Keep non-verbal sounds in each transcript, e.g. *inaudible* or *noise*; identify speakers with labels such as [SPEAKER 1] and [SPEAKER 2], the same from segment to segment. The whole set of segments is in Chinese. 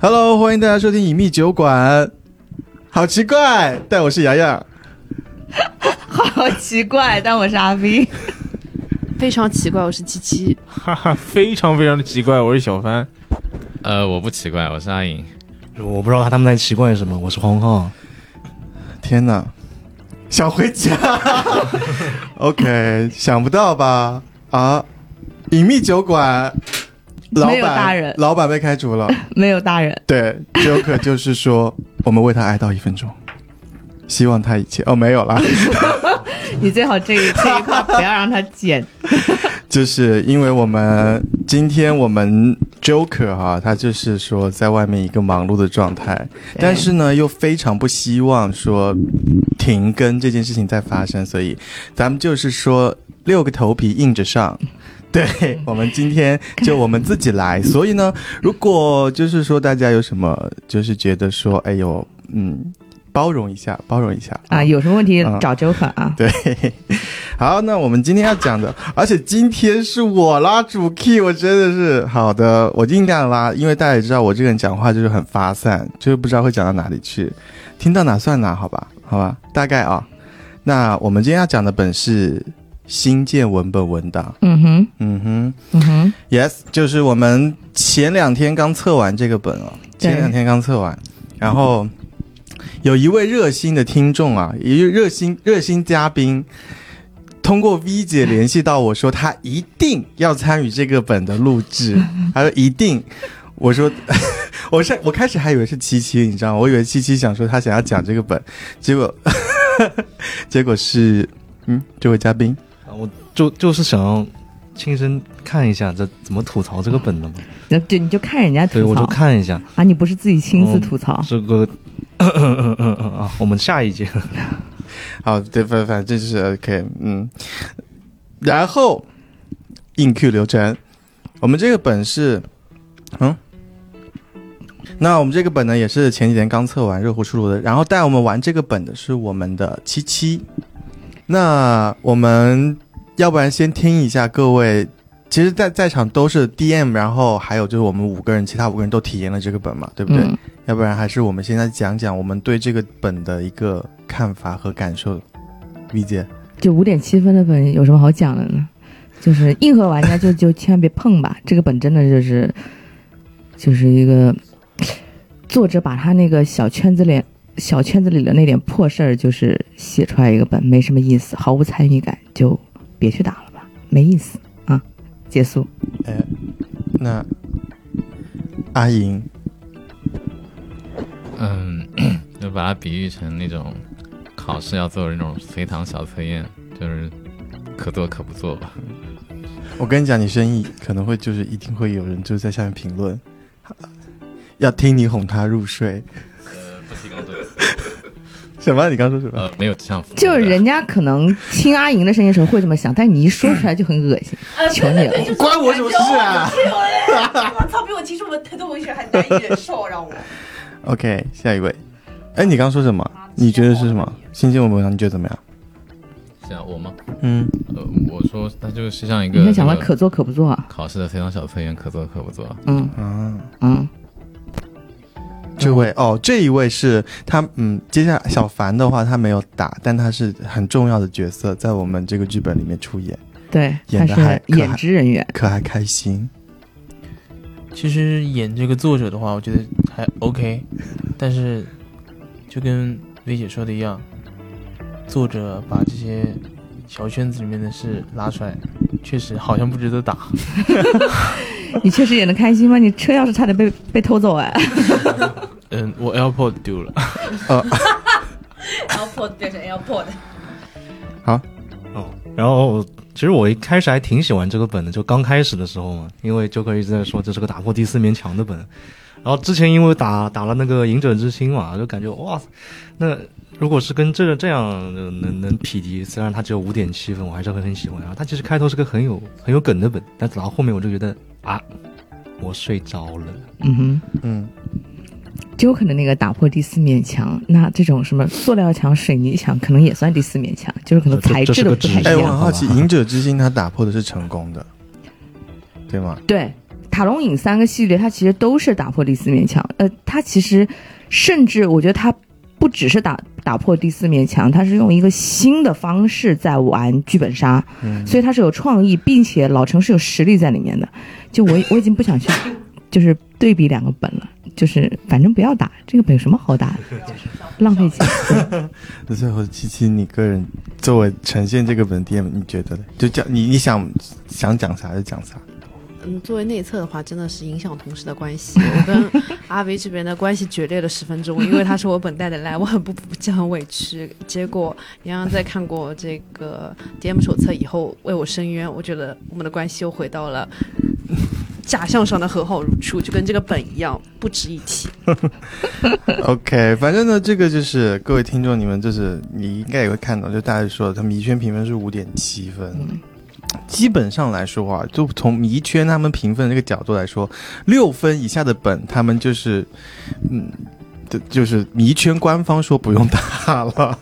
[SPEAKER 1] Hello，欢迎大家收听隐秘酒馆。好奇怪，但我是洋洋。
[SPEAKER 2] *laughs* 好奇怪，但我是阿 V。
[SPEAKER 3] 非常奇怪，我是七七。
[SPEAKER 4] 哈哈，非常非常的奇怪，我是小帆。
[SPEAKER 5] 呃，我不奇怪，我是阿颖。
[SPEAKER 6] 我不知道他们在奇怪什么。我是黄浩，
[SPEAKER 1] 天哪，想回家。OK，想不到吧？啊，隐秘酒馆老
[SPEAKER 2] 没有大
[SPEAKER 1] 板
[SPEAKER 2] 人
[SPEAKER 1] 老板被开除
[SPEAKER 2] *laughs*
[SPEAKER 1] 了。
[SPEAKER 2] 没有大人，
[SPEAKER 1] 对，Joker 就是说，我们为他哀悼一分钟，希望他一切哦没有啦，
[SPEAKER 2] 你最好这一这一块不要让他剪。
[SPEAKER 1] 就是因为我们今天我们 Joker 哈、他就是说在外面一个忙碌的状态，但是呢又非常不希望说停更这件事情再发生，所以咱们就是说六个头皮硬着上。对我们今天就我们自己来，所以呢，如果就是说大家有什么，就是觉得说，哎呦，嗯，包容一下，包容一下
[SPEAKER 2] 啊，有什么问题
[SPEAKER 1] 嗯
[SPEAKER 2] 找 Joker 啊。
[SPEAKER 1] *laughs* 对，好，那我们今天要讲的，而且今天是我拉主 key，我真的是好的，我尽量拉，因为大家也知道我这个人讲话就是很发散，就是不知道会讲到哪里去，听到哪算哪，好吧，好吧，大概啊、那我们今天要讲的本是新建文本文档，
[SPEAKER 2] 嗯哼，
[SPEAKER 1] 嗯哼
[SPEAKER 2] 嗯哼，
[SPEAKER 1] ，yes，就是我们前两天刚测完这个本哦，
[SPEAKER 2] 对
[SPEAKER 1] 前两天刚测完，然后。有一位热心的听众啊，一位热心热心嘉宾，通过 V 姐联系到我说，他一定要参与这个本的录制，他说一定。我说， *laughs* 我是我开始还以为是七七，你知道吗？我以为七七想说他想要讲这个本，结果 *laughs* 结果是嗯，这位嘉宾
[SPEAKER 6] 就就是想要亲身看一下这怎么吐槽这个本的嘛。
[SPEAKER 2] 那对你就看人家
[SPEAKER 6] 对，
[SPEAKER 2] 吐
[SPEAKER 6] 我就
[SPEAKER 2] 槽
[SPEAKER 6] 看一下
[SPEAKER 2] 啊，你不是自己亲自吐槽。
[SPEAKER 6] 这个。 *coughs* 嗯嗯嗯嗯嗯啊！我们下一节
[SPEAKER 1] 好，对，反反正就是 OK，嗯，然后硬 Q 流程，我们这个本是，嗯，那我们这个本呢也是前几天刚测完热乎出炉的，然后带我们玩这个本的是我们的七七，那我们要不然先听一下各位。其实在，在场都是 DM，然后还有就是我们五个人，其他五个人都体验了这个本嘛，对不对？
[SPEAKER 2] 嗯，
[SPEAKER 1] 要不然还是我们现在讲讲我们对这个本的一个看法和感受。V 姐，
[SPEAKER 2] 就五点七分的本有什么好讲的呢？就是硬核玩家就就千万别碰吧， *laughs* 这个本真的就是就是一个作者把他那个小圈子里小圈子里的那点破事儿，就是写出来一个本，没什么意思，毫无参与感，就别去打了吧，没意思啊。结束。
[SPEAKER 1] 哎，那阿莹，
[SPEAKER 5] 嗯， *clears throat* 就把它比喻成那种考试要做的那种随堂小测验，就是可做可不做吧。
[SPEAKER 1] 我跟你讲，你生意可能会就是一定会有人就在下面评论， *laughs* 要听你哄她入睡。
[SPEAKER 5] 呃，不提供这个，
[SPEAKER 1] *laughs* 什么？你刚说什么？
[SPEAKER 5] 呃，没有这项服务的。
[SPEAKER 2] 就是人家可能听阿莹的声音的时候会这么想，但你一说出来就很恶心，
[SPEAKER 3] 啊
[SPEAKER 2] 求你了。
[SPEAKER 1] 关我什么事啊 *laughs*
[SPEAKER 3] 我操，比我提出文推动文学还难以忍受， *laughs* 让我
[SPEAKER 1] ？OK，下一位。哎，你刚说什么？你觉得是什么？新进文章你觉得怎么样？
[SPEAKER 5] 像我吗？
[SPEAKER 1] 嗯，
[SPEAKER 5] 呃，我说它就是像一个
[SPEAKER 2] 你看讲了
[SPEAKER 5] 那个
[SPEAKER 2] 可做可不做啊，
[SPEAKER 5] 考试的随堂小测验，可做可不做。
[SPEAKER 2] 嗯
[SPEAKER 1] 啊，
[SPEAKER 2] 嗯，
[SPEAKER 1] 这位哦，这一位是他，嗯，接下来小凡的话他没有打，但他是很重要的角色，在我们这个剧本里面出演，
[SPEAKER 2] 对，他
[SPEAKER 1] 演得还
[SPEAKER 2] 是
[SPEAKER 1] 可
[SPEAKER 2] 演
[SPEAKER 1] 还
[SPEAKER 2] 职人员。
[SPEAKER 1] 可还开心。
[SPEAKER 4] 其实演这个作者的话，我觉得还 OK，但是就跟薇姐说的一样，作者把这些小圈子里面的事拉出来，确实好像不值得打。
[SPEAKER 2] 你确实演的开心吗？你车钥匙差点被被偷走哎！
[SPEAKER 4] *laughs* 嗯，我 AirPod 丢了，
[SPEAKER 3] AirPod 变成 AirPod，
[SPEAKER 6] 哦，然后其实我一开始还挺喜欢这个本的，就刚开始的时候嘛，因为 Joker 一直在说这是个打破第四面墙的本，然后之前因为打打了那个隐者之心嘛，就感觉哇，那如果是跟这这样呃能能匹敌，虽然它只有五点七分，我还是会很喜欢。然啊后它其实开头是个很有很有梗的本，但打到后面我就觉得啊，我睡着了。
[SPEAKER 2] 嗯哼
[SPEAKER 1] 嗯，
[SPEAKER 2] ，Joker 的那个打破第四面墙，那这种什么塑料墙、水泥墙，可能也算第四面墙，就是可能
[SPEAKER 6] 这
[SPEAKER 2] 材
[SPEAKER 6] 这
[SPEAKER 2] 质
[SPEAKER 6] 是
[SPEAKER 2] 都
[SPEAKER 6] 个
[SPEAKER 2] 不太
[SPEAKER 6] 指
[SPEAKER 1] 哎，
[SPEAKER 2] 一
[SPEAKER 1] 我
[SPEAKER 6] 标
[SPEAKER 2] 样。
[SPEAKER 1] 很好奇，《赢者之心》他打破的是成功的，对吗？
[SPEAKER 2] 对，塔龙影三个系列，它其实都是打破第四面墙。呃，它其实甚至我觉得它不只是打打破第四面墙，它是用一个新的方式在玩剧本杀，
[SPEAKER 1] 嗯
[SPEAKER 2] 所以它是有创意，并且老陈是有实力在里面的。就我我已经不想去就是对比两个本了，就是反正不要打这个本有什么好打的，浪
[SPEAKER 1] *laughs*
[SPEAKER 2] 费钱。
[SPEAKER 1] 那最后七七，你个人作为呈现这个本 DM，你觉得呢？就讲你你想想讲啥就讲啥。
[SPEAKER 7] 嗯，作为内测的话，真的是影响同事的关系。我跟阿维这边的关系决裂了十分钟，因为他是我本带的赖，我很不服气，很委屈。结果洋洋在看过这个 DM 手册以后为我申冤，我觉得我们的关系又回到了假象上的和好如初，就跟这个本一样，不值一提。
[SPEAKER 1] *laughs* OK，反正呢，这个就是各位听众，你们就是你应该也会看到，就大家说他们迷圈评分是五点七分。基本上来说啊，就从迷圈他们评分这个角度来说，六分以下的本，他们就是，嗯，就就是迷圈官方说不用打了，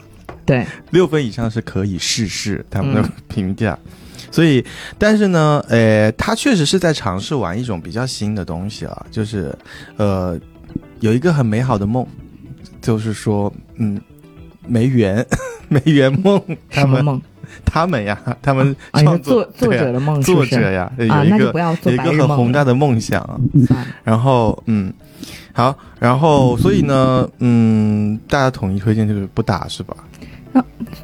[SPEAKER 2] 对，
[SPEAKER 1] 六分以上是可以试试他们的
[SPEAKER 2] 嗯
[SPEAKER 1] 评价。所以，但是呢，呃，他确实是在尝试玩一种比较新的东西啊，就是，呃，有一个很美好的梦，就是说，嗯，梅园， *laughs* 梅园梦，他
[SPEAKER 2] 什么
[SPEAKER 1] 们
[SPEAKER 2] 梦
[SPEAKER 1] *laughs* 他们呀，他们
[SPEAKER 2] 啊？你说
[SPEAKER 1] 创作、
[SPEAKER 2] 作作
[SPEAKER 1] 对呀
[SPEAKER 2] 者的梦是不
[SPEAKER 1] 作
[SPEAKER 2] 是？
[SPEAKER 1] 者呀，有
[SPEAKER 2] 啊，
[SPEAKER 1] 一
[SPEAKER 2] 那就
[SPEAKER 1] 个
[SPEAKER 2] 不要
[SPEAKER 1] 有
[SPEAKER 2] 做
[SPEAKER 1] 一
[SPEAKER 2] 白日
[SPEAKER 1] 个很
[SPEAKER 2] 梦
[SPEAKER 1] 宏
[SPEAKER 2] 了
[SPEAKER 1] 大的梦想啊，
[SPEAKER 2] 算了
[SPEAKER 1] 然后嗯，好，然后所以呢，嗯，大家统一推荐就是不打是吧？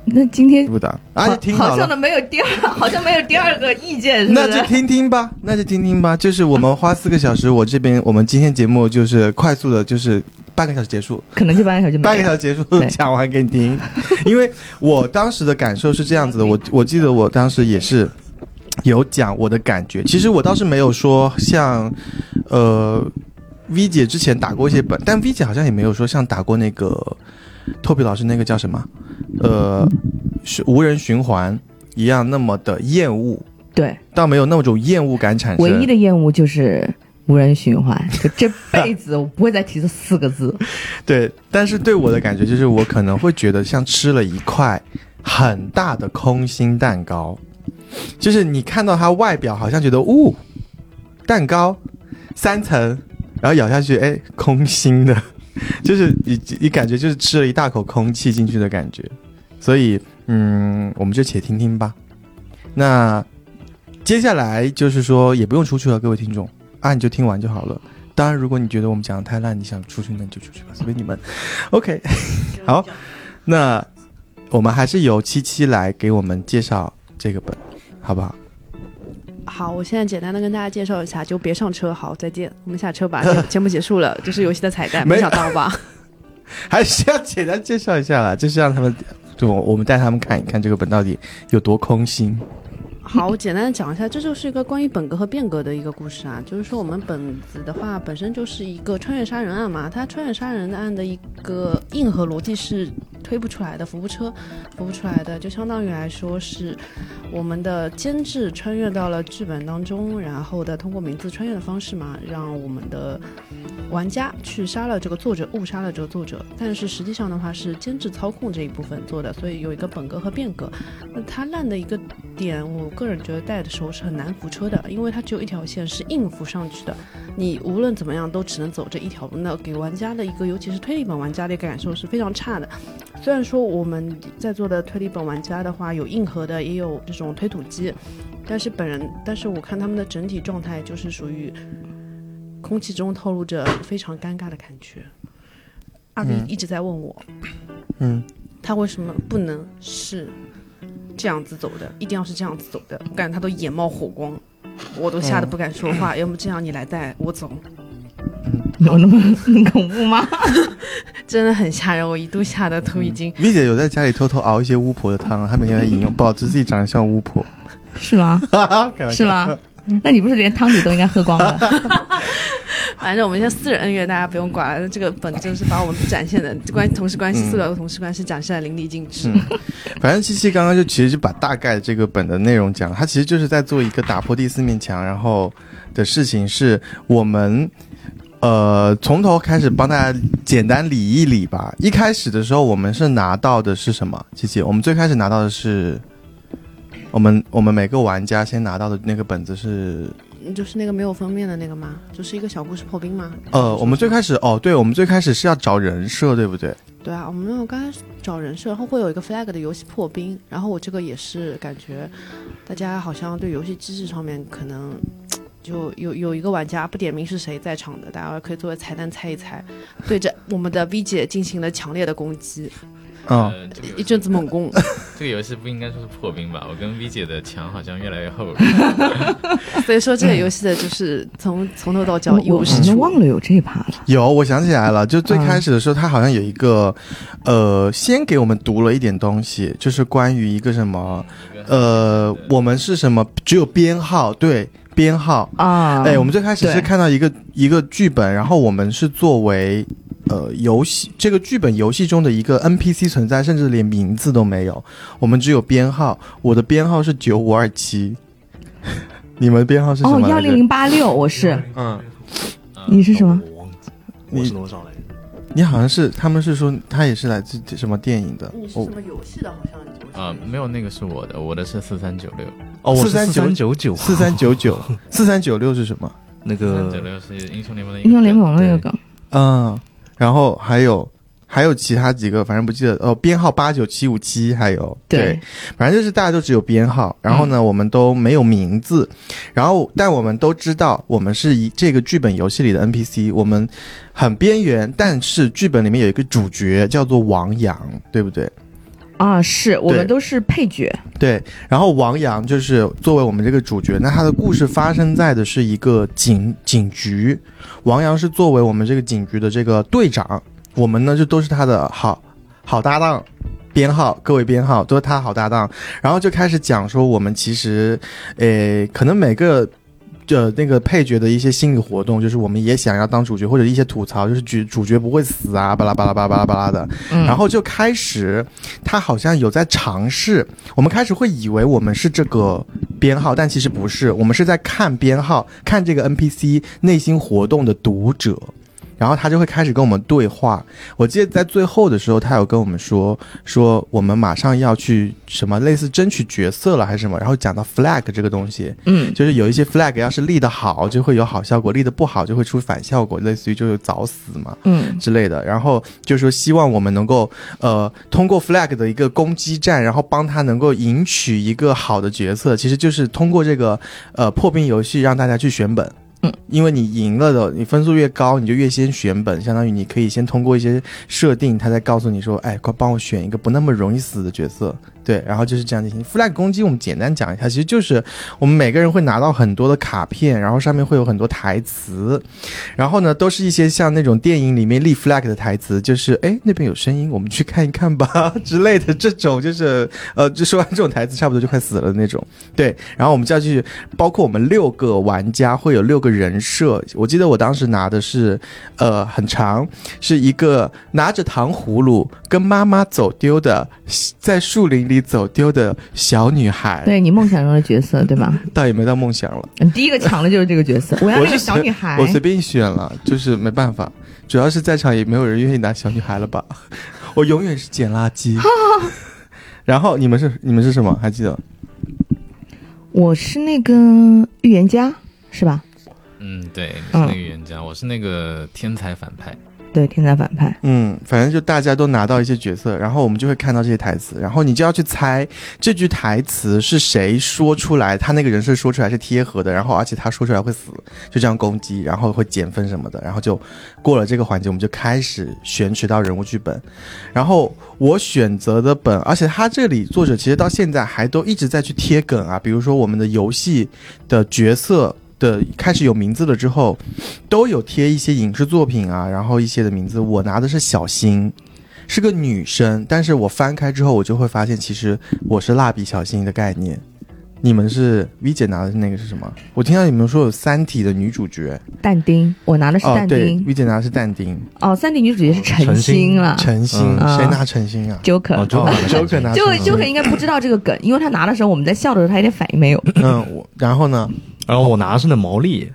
[SPEAKER 2] 那今天
[SPEAKER 1] 不打啊，你听
[SPEAKER 2] 好
[SPEAKER 1] 好
[SPEAKER 2] 像
[SPEAKER 1] 了，
[SPEAKER 2] 都没有第二， *laughs* 好像没有第二个意见，是不？
[SPEAKER 1] 那就是听听吧，那就听听吧。就是我们花四个小时，我这边我们今天节目就是快速的，就是半个小时结束，
[SPEAKER 2] 可能就半个小时没了。
[SPEAKER 1] 半个小时结束
[SPEAKER 2] 嗯对
[SPEAKER 1] *laughs* 讲完给你
[SPEAKER 2] *laughs*
[SPEAKER 1] 听，因为我当时的感受是这样子的，我我记得我当时也是有讲我的感觉，其实我倒是没有说像呃 V 姐之前打过一些本，但 V 姐好像也没有说像打过那个托比老师那个叫什么呃是无人循环一样那么的厌恶，
[SPEAKER 2] 对，
[SPEAKER 1] 倒没有那种厌恶感产生。
[SPEAKER 2] 唯一的厌恶就是无人循环，就
[SPEAKER 1] *laughs*
[SPEAKER 2] 这辈子我不会再提这四个字。
[SPEAKER 1] 对，但是对我的感觉就是，我可能会觉得像吃了一块很大的空心蛋糕，就是你看到它外表好像觉得，呜、蛋糕三层，然后咬下去，哎，空心的， *laughs* 就是你你感觉就是吃了一大口空气进去的感觉，所以嗯，我们就且听听吧。那接下来就是说，也不用出去了，各位听众啊，你就听完就好了。当然，如果你觉得我们讲的太烂，你想出去那你就出去吧，随便你们。OK，好， *laughs* 那我们还是由七七来给我们介绍这个本，好不好？
[SPEAKER 7] 好，我现在简单的跟大家介绍一下，就别上车。好，再见，我们下车吧。节节目结束了，这是游戏的彩蛋，
[SPEAKER 1] 没
[SPEAKER 7] 没想到吧？
[SPEAKER 1] 还是要简单介绍一下啦，就是让他们，就我我们带他们看一看这个本到底有多空心。
[SPEAKER 7] 好，我简单的讲一下，这就是一个关于本格和变革的一个故事啊。就是说，我们本子的话本身就是一个穿越杀人案嘛，它穿越杀人案的一个硬核逻辑是推不出来的，扶不车扶不出来的，就相当于来说是我们的监制穿越到了剧本当中，然后的通过名字穿越的方式嘛，让我们的玩家去杀了这个作者，误杀了这个作者。但是实际上的话是监制操控这一部分做的，所以有一个本格和变革。那它烂的一个点，我个人觉得带的时候是很难扶车的，因为它只有一条线是硬扶上去的，你无论怎么样都只能走这一条路，那给玩家的一个，尤其是推理本玩家的一个感受是非常差的。虽然说我们在座的推理本玩家的话，有硬核的，也有这种推土机，但是本人，但是我看他们的整体状态就是属于空气中透露着非常尴尬的感觉。二 B 一直在问我，
[SPEAKER 1] 嗯，
[SPEAKER 7] 他为什么不能是这样子走的？一定要是这样子走的？我感觉他都眼冒火光，我都吓得不敢说话。
[SPEAKER 1] 嗯
[SPEAKER 7] 要么这样，你来带我走，
[SPEAKER 2] 有那么很恐怖
[SPEAKER 1] *laughs*
[SPEAKER 2] 吗？
[SPEAKER 7] 真的很吓人。我一度吓得都已经
[SPEAKER 1] V 姐有在家里偷偷熬一些巫婆的汤，啊她每天在饮用，保持自己长得像巫婆。
[SPEAKER 2] 是吗？
[SPEAKER 1] 哈哈，开玩笑
[SPEAKER 2] 是吗？那你不是连汤底都应该喝
[SPEAKER 1] *laughs*
[SPEAKER 2] 光了？
[SPEAKER 1] 嗯
[SPEAKER 7] 反正我们现在私人恩怨大家不用管了，这个本真是把我们展现的关同事关
[SPEAKER 1] 嗯
[SPEAKER 7] 系、四个同事关系展示的淋漓尽致。
[SPEAKER 1] 反正七七刚刚就其实就把大概这个本的内容讲了，他其实就是在做一个打破第四面墙，然后的事情是我们。呃，从头开始帮大家简单理一理吧。一开始的时候，我们是拿到的是什么？七七，我们最开始拿到的是我们我们每个玩家先拿到的那个本子是，
[SPEAKER 7] 就是那个没有封面的那个吗？就是一个小故事破冰吗？
[SPEAKER 1] 呃，我们最开始哦，对，我们最开始是要找人设，对不对？
[SPEAKER 7] 对啊，我们我刚才找人设，然后会有一个 flag 的游戏破冰，然后我这个也是感觉大家好像对游戏机制上面可能就有有一个玩家不点名是谁在场的，大家可以作为彩蛋猜一猜，对着我们的 V 姐进行了强烈的攻击，
[SPEAKER 1] 嗯，
[SPEAKER 5] 呃这个游
[SPEAKER 7] 一阵子猛攻。
[SPEAKER 5] 这个游戏不应该说是破冰吧？我跟 V 姐的墙好像越来越厚了。 *laughs*
[SPEAKER 7] 所以说这个游戏的就是从从头到脚
[SPEAKER 2] 我
[SPEAKER 7] 一
[SPEAKER 2] 我
[SPEAKER 7] 无是
[SPEAKER 2] 我们
[SPEAKER 7] 处。
[SPEAKER 2] 忘了有这一趴了。
[SPEAKER 1] 有，我想起来了，就最开始的时候，他好像有一个，呃，先给我们读了一点东西，就是关于一个什么，呃，我们是什么，只有编号，对，编号。
[SPEAKER 2] 啊，
[SPEAKER 1] 哎，我们最开始是
[SPEAKER 2] 对
[SPEAKER 1] 看到一个一个剧本，然后我们是作为呃游戏这个剧本游戏中的一个 NPC 存在，甚至连名字都没有，我们只有编号。我的编号是九五二七， *laughs* 你们编号是什
[SPEAKER 2] 哦
[SPEAKER 1] 么来着？
[SPEAKER 2] 幺零零八六，我是
[SPEAKER 1] 嗯，哦
[SPEAKER 2] 你是什么？
[SPEAKER 6] 哦我忘记了，
[SPEAKER 1] 你
[SPEAKER 6] 我是多少来着？
[SPEAKER 1] 你好像是他们是说他也是来自什么电影的？
[SPEAKER 3] 你是
[SPEAKER 1] 哦
[SPEAKER 3] 什么游戏的？好像我记得
[SPEAKER 5] 啊、没有，那个是我的，我的是四三九六，
[SPEAKER 1] 哦，我
[SPEAKER 6] 四
[SPEAKER 1] 是
[SPEAKER 6] 三
[SPEAKER 1] 九
[SPEAKER 6] 三九九，
[SPEAKER 1] 四三九
[SPEAKER 3] *laughs*
[SPEAKER 1] 九四三九六是什么？
[SPEAKER 6] 那
[SPEAKER 5] 四三九
[SPEAKER 6] 个
[SPEAKER 5] 六是英雄联盟的一个
[SPEAKER 2] 英雄联盟那个
[SPEAKER 5] 梗
[SPEAKER 2] 梗，
[SPEAKER 1] 嗯，然后还有还有其他几个，反正不记得哦，编号八九七五七，还有
[SPEAKER 2] 对，
[SPEAKER 1] 反正就是大家都只有编号，然后呢，我们都没有名字，然后但我们都知道我们是一这个剧本游戏里的 NPC，我们很边缘，但是剧本里面有一个主角叫做王阳，对不对？
[SPEAKER 2] 啊，是我
[SPEAKER 1] 对
[SPEAKER 2] 们都是配角，
[SPEAKER 1] 对，然后王阳就是作为我们这个主角，那他的故事发生在的是一个警警局，王阳是作为我们这个警局的这个队长，我们呢就都是他的好好搭档。编号，各位编号都是他好搭档，然后就开始讲说我们其实，呃，可能每个呃那个配角的一些心理活动，就是我们也想要当主角，或者一些吐槽，就是主主角不会死啊，巴拉巴拉巴拉巴拉巴拉的，
[SPEAKER 2] 嗯，
[SPEAKER 1] 然后就开始，他好像有在尝试。我们开始会以为我们是这个编号，但其实不是，我们是在看编号，看这个 NPC 内心活动的读者。然后他就会开始跟我们对话。我记得在最后的时候，他有跟我们说说我们马上要去什么类似争取角色了还是什么，然后讲到 flag 这个东西，
[SPEAKER 2] 嗯，
[SPEAKER 1] 就是有一些 flag 要是立得好就会有好效果，立得不好就会出反效果，类似于就是早死嘛。
[SPEAKER 2] 嗯，
[SPEAKER 1] 之类的，然后就说希望我们能够呃通过 flag 的一个攻击战，然后帮他能够赢取一个好的角色，其实就是通过这个呃破冰游戏让大家去选本。
[SPEAKER 2] 嗯，
[SPEAKER 1] 因为你赢了的，你分数越高，你就越先选本，相当于你可以先通过一些设定，他再告诉你说，哎，快帮我选一个不那么容易死的角色。对，然后就是这样进行 flag 攻击。我们简单讲一下，其实就是我们每个人会拿到很多的卡片，然后上面会有很多台词，然后呢，都是一些像那种电影里面立 flag 的台词，就是哎那边有声音，我们去看一看吧之类的这种，就是 *laughs* 呃，就说完这种台词，差不多就快死了的那种。对，然后我们就要去，包括我们六个玩家会有六个人设，我记得我当时拿的是呃很长，是一个拿着糖葫芦跟妈妈走丢的，在树林里走丢的小女孩，
[SPEAKER 2] 嗯对你梦想中的角色
[SPEAKER 1] *laughs*
[SPEAKER 2] 对吧？
[SPEAKER 1] 倒也没到梦想了。
[SPEAKER 2] 嗯第一个抢的就是这个角色，我要
[SPEAKER 1] 我
[SPEAKER 2] 那个
[SPEAKER 1] 是
[SPEAKER 2] 小
[SPEAKER 1] 随
[SPEAKER 2] 女孩
[SPEAKER 1] 我，随便选了，就是没办法，主要是在场也没有人愿意拿小女孩了吧？我永远是捡垃圾。然后你们是你们是什么？还记得？
[SPEAKER 2] 我是那个预言家是吧？
[SPEAKER 5] 嗯，对，
[SPEAKER 2] 嗯
[SPEAKER 5] 你是那个预言家，我是那个天才反派。
[SPEAKER 2] 对，天才反派，
[SPEAKER 1] 嗯，反正就大家都拿到一些角色，然后我们就会看到这些台词，然后你就要去猜这句台词是谁说出来，他那个人是说出来是贴合的，然后而且他说出来会死，就这样攻击，然后会减分什么的，然后就过了这个环节，我们就开始选取到人物剧本，然后我选择的本，而且他这里作者其实到现在还都一直在去贴梗啊，比如说我们的游戏的角色。的开始有名字了之后，都有贴一些影视作品啊，然后一些的名字。我拿的是小新，是个女生，但是我翻开之后，我就会发现，其实我是蜡笔小新的概念。你们是 V 姐拿的那个是什么？我听到你们说有《三体》的女主角
[SPEAKER 2] 但丁，我拿的是
[SPEAKER 1] 哦，
[SPEAKER 2] 但
[SPEAKER 1] 对
[SPEAKER 2] 丁，
[SPEAKER 1] ，V 姐拿的是但丁，
[SPEAKER 2] 哦，三 D 女主角是陈
[SPEAKER 6] 陈
[SPEAKER 2] 星
[SPEAKER 6] 星
[SPEAKER 2] 了
[SPEAKER 1] 陈星，
[SPEAKER 2] 嗯
[SPEAKER 1] 谁拿陈星啊？
[SPEAKER 6] 哦，
[SPEAKER 2] ，Joker。
[SPEAKER 6] 周可
[SPEAKER 1] 周可拿
[SPEAKER 2] 就
[SPEAKER 1] 陈星
[SPEAKER 2] 就可应该不知道这个梗，因为他拿的时候我们在笑的时候，他一点反应没有。
[SPEAKER 1] 嗯，我然后呢？
[SPEAKER 6] 然后我拿的是那毛利，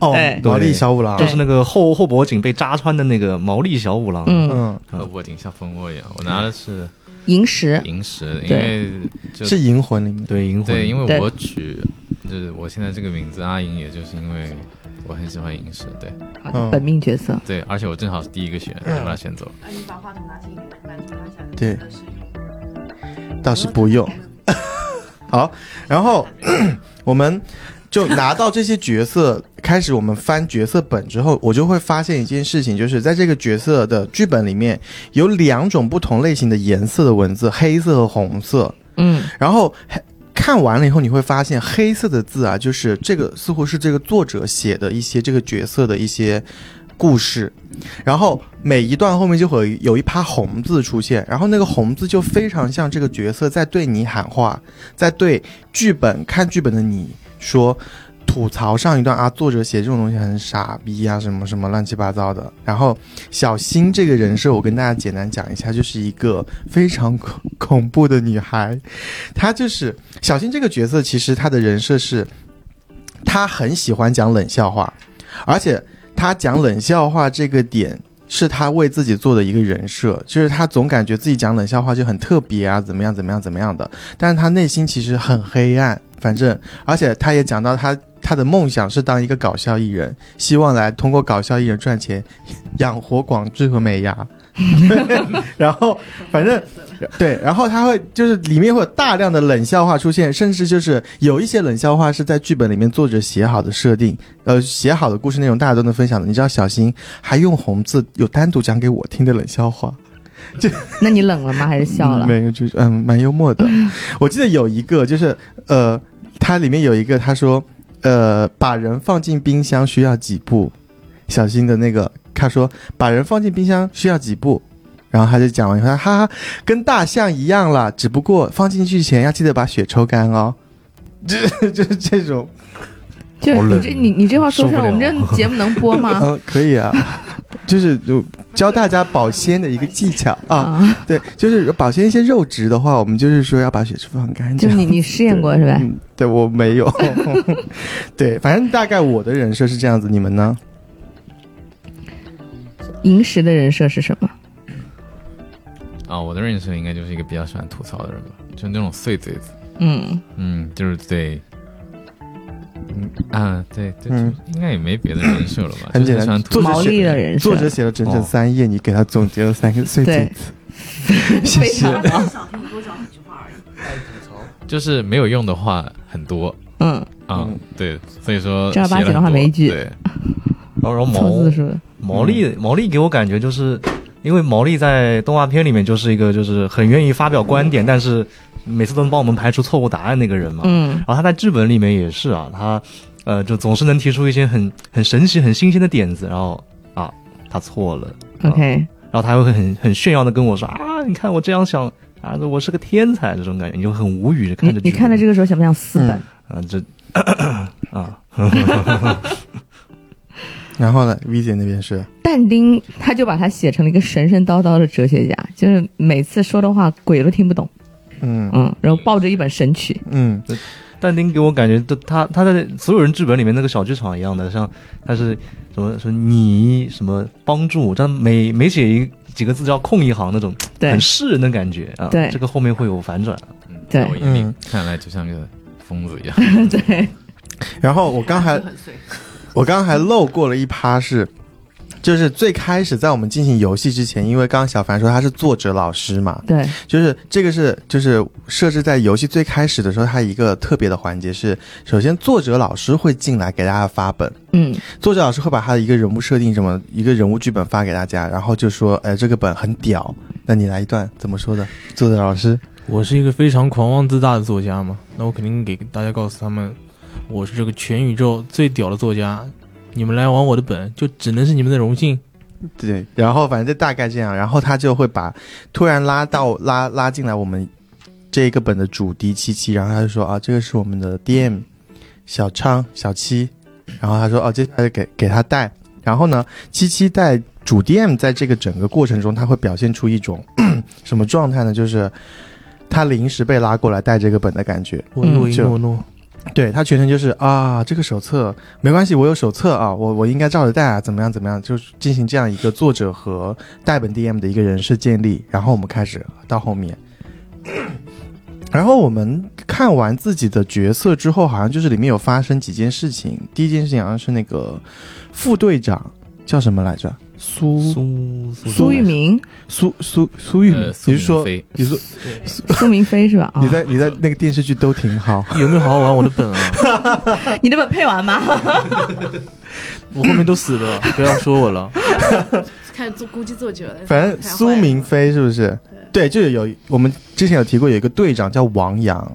[SPEAKER 1] 哦
[SPEAKER 2] 对，
[SPEAKER 1] 毛利小五郎
[SPEAKER 6] 啊就，是那个后后脖颈被扎穿的那个毛利小五郎。
[SPEAKER 2] 嗯，
[SPEAKER 1] 嗯，
[SPEAKER 6] 嗯
[SPEAKER 5] 呃，卧顶像蜂窝一样，我拿的是
[SPEAKER 2] 银石，
[SPEAKER 5] 银石，因
[SPEAKER 2] 对
[SPEAKER 5] 为就是
[SPEAKER 1] 银魂里面。
[SPEAKER 6] 对银魂，
[SPEAKER 5] 对，因
[SPEAKER 2] 对
[SPEAKER 5] 为我取就是我现在这个名字阿银，也就是因为我很喜欢银石，对
[SPEAKER 2] 啊
[SPEAKER 1] 嗯
[SPEAKER 2] 本命角色。
[SPEAKER 5] 对，而且我正好是第一个选，
[SPEAKER 2] 嗯
[SPEAKER 5] 我就把它选走了。
[SPEAKER 3] 啊，你把话筒拿近一点，满足他想
[SPEAKER 1] 对
[SPEAKER 3] 的是用
[SPEAKER 1] 倒是不用。 *laughs* 好，然后 *clears throat* 我们就拿到这些角色，开始我们翻角色本之后，我就会发现一件事情，就是在这个角色的剧本里面有两种不同类型的颜色的文字，黑色和红色。
[SPEAKER 2] 嗯，
[SPEAKER 1] 然后嘿看完了以后，你会发现黑色的字啊，就是这个似乎是这个作者写的一些这个角色的一些故事，然后每一段后面就会有一趴红字出现，然后那个红字就非常像这个角色在对你喊话，在对剧本看剧本的你说。吐槽上一段啊，作者写这种东西很傻逼啊，什么什么乱七八糟的。然后小新这个人设，我跟大家简单讲一下，就是一个非常恐恐怖的女孩，她就是小新这个角色，其实她的人设是，她很喜欢讲冷笑话，而且她讲冷笑话这个点是她为自己做的一个人设，就是她总感觉自己讲冷笑话就很特别啊，怎么样怎么样怎么样的，但是她内心其实很黑暗。反正，而且她也讲到她她的梦想是当一个搞笑艺人，希望来通过搞笑艺人赚钱，养活广智和美伢。 *laughs* 然后，反正对，然后他会就是里面会有大量的冷笑话出现，甚至就是有一些冷笑话是在剧本里面作者写好的设定，呃，写好的故事内容大家都能分享的。你知道小新还用红字有单独讲给我听的冷笑话，
[SPEAKER 2] 那你冷了吗？还是笑了
[SPEAKER 1] 嗯？没有，就是嗯，蛮幽默的。我记得有一个就是呃，它里面有一个他说呃，把人放进冰箱需要几步？小新的那个他说把人放进冰箱需要几步？然后他就讲完以后，他哈哈，跟大象一样啦，只不过放进去前要记得把血抽干哦。这就是这种，
[SPEAKER 2] 就是
[SPEAKER 6] 好
[SPEAKER 2] 你
[SPEAKER 6] 冷
[SPEAKER 2] 这你你这话说出来，
[SPEAKER 6] 受
[SPEAKER 2] 我
[SPEAKER 6] 不
[SPEAKER 2] 们
[SPEAKER 6] 了
[SPEAKER 2] 这节目能
[SPEAKER 1] *laughs*
[SPEAKER 2] 播吗？
[SPEAKER 1] 嗯，可以啊，就是就教大家保鲜的一个技巧啊。
[SPEAKER 2] 啊，
[SPEAKER 1] 对，就是保鲜一些肉质的话，我们就是说要把血脂放干
[SPEAKER 2] 就
[SPEAKER 1] 净。
[SPEAKER 2] 是你你试验过是吧？
[SPEAKER 1] 嗯，对我没
[SPEAKER 2] *laughs*
[SPEAKER 1] 有， *laughs* 对，反正大概我的人设是这样子，你们呢？
[SPEAKER 2] 银石的人设是什么？
[SPEAKER 5] 啊、我的认识应该就是一个比较喜欢吐槽的人吧，就那种碎嘴子，
[SPEAKER 2] 嗯，
[SPEAKER 5] 嗯，就是对，嗯啊，对，对，
[SPEAKER 1] 嗯
[SPEAKER 5] 就应该也没别的人设了
[SPEAKER 2] *coughs*
[SPEAKER 5] 吧，
[SPEAKER 1] 很简
[SPEAKER 5] 就是
[SPEAKER 1] 单
[SPEAKER 5] 喜欢，吐
[SPEAKER 1] 作
[SPEAKER 5] 槽
[SPEAKER 1] 者
[SPEAKER 2] 毛利
[SPEAKER 1] 写
[SPEAKER 2] 的人设
[SPEAKER 1] 作者写了整整三页，你给他总结了三个碎
[SPEAKER 2] 对
[SPEAKER 1] 点。谢
[SPEAKER 2] 非
[SPEAKER 1] 谢
[SPEAKER 2] 常
[SPEAKER 3] 他
[SPEAKER 2] 好
[SPEAKER 3] 只。想听你多讲几句话而已。
[SPEAKER 4] 爱吐槽。
[SPEAKER 5] 就是没有用的话很多
[SPEAKER 2] 嗯，
[SPEAKER 5] 啊、
[SPEAKER 1] 嗯
[SPEAKER 5] 对，所以说
[SPEAKER 2] 正儿八
[SPEAKER 5] 写了
[SPEAKER 2] 经的
[SPEAKER 5] 很
[SPEAKER 2] 话没
[SPEAKER 5] 多
[SPEAKER 2] 一句
[SPEAKER 5] 对，
[SPEAKER 6] 然后然后毛
[SPEAKER 2] 凑字嗯数。
[SPEAKER 6] 毛利毛利给我感觉就是，因为毛利在动画片里面就是一个就是很愿意发表观点，但是每次都能帮我们排除错误答案那个人嘛。
[SPEAKER 2] 嗯
[SPEAKER 6] 然后他在剧本里面也是啊，他呃就总是能提出一些很很神奇、很新鲜的点子，然后啊他错了，啊
[SPEAKER 2] ，OK，
[SPEAKER 6] 然后他还会很很炫耀的跟我说啊，你看我这样想啊，我是个天才这种感觉，你就很无语的
[SPEAKER 2] 你
[SPEAKER 6] 看着
[SPEAKER 2] 你看到这
[SPEAKER 6] 个
[SPEAKER 2] 个时候想不想撕本？
[SPEAKER 6] 啊这啊
[SPEAKER 1] 然后呢，V 姐那边是，
[SPEAKER 2] 但丁他就把他写成了一个神神叨叨的哲学家，就是每次说的话鬼都听不懂。
[SPEAKER 1] 嗯
[SPEAKER 2] 嗯，然后抱着一本神曲，
[SPEAKER 1] 嗯，
[SPEAKER 6] 但丁给我感觉，就他他在所有人剧本里面那个小剧场一样的，像他是什么说你什么帮助，但每每写一几个字就要空一行那种，
[SPEAKER 2] 对
[SPEAKER 6] 很世人的感觉啊。
[SPEAKER 2] 对
[SPEAKER 6] 这个后面会有反转。
[SPEAKER 5] 嗯，
[SPEAKER 2] 对
[SPEAKER 5] 在我眼里、
[SPEAKER 1] 嗯
[SPEAKER 5] 看来就像个疯子一样，
[SPEAKER 2] *laughs* *laughs* 对，
[SPEAKER 1] 然后我刚
[SPEAKER 2] *laughs*
[SPEAKER 1] 还
[SPEAKER 3] 就很碎。
[SPEAKER 1] 我刚刚还漏过了一趴是，就是最开始在我们进行游戏之前，因为刚刚小凡说他是作者老师嘛，
[SPEAKER 2] 对，
[SPEAKER 1] 就是这个是就是设置在游戏最开始的时候，它一个特别的环节是，首先作者老师会进来给大家发本，
[SPEAKER 2] 嗯，
[SPEAKER 1] 作者老师会把他的一个人物设定什么一个人物剧本发给大家，然后就说，哎，这个本很屌，那你来一段怎么说的？作者老师，
[SPEAKER 4] *laughs* 我是一个非常狂妄自大的作家嘛，那我肯定给大家告诉他们，我是这个全宇宙最屌的作家，你们来玩我的本，就只能是你们的荣幸。
[SPEAKER 1] 对，然后反正就大概这样，然后他就会把突然拉到拉拉进来我们这一个本的主题七七，然后他就说啊，这个是我们的 DM 小昌小七，然后他说哦、接下来给给他带，然后呢，七七带主 DM 在这个整个过程中，他会表现出一种 *clears throat* 什么状态呢？就是他临时被拉过来带这个本的感觉，
[SPEAKER 4] 我一我一
[SPEAKER 1] 就
[SPEAKER 4] 诺诺，
[SPEAKER 1] 对他全程就是啊，这个手册没关系，我有手册啊，我我应该照着带啊，怎么样怎么样，就是进行这样一个作者和代本 DM 的一个人设建立，然后我们开始到后面， *coughs* 然后我们看完自己的角色之后，好像就是里面有发生几件事情。第一件事情好像是那个副队长叫什么来着？苏
[SPEAKER 6] 苏苏
[SPEAKER 2] 苏玉明、
[SPEAKER 1] 苏苏苏玉明
[SPEAKER 5] 呃，，苏
[SPEAKER 1] 你是
[SPEAKER 5] 明
[SPEAKER 1] 说
[SPEAKER 5] 飞，
[SPEAKER 1] 你说
[SPEAKER 2] 苏明飞是吧？啊
[SPEAKER 1] 你，在你在那个电视剧都挺好，
[SPEAKER 4] 有没有好好玩我的本 *laughs* 啊？
[SPEAKER 2] 你这本配完吗？
[SPEAKER 4] 我后面都死了，不要说我 *laughs* 了。
[SPEAKER 7] 看做估计做久了，
[SPEAKER 1] 反正苏明飞是不是？对，就是有我们之前有提过，有一个队长叫王阳，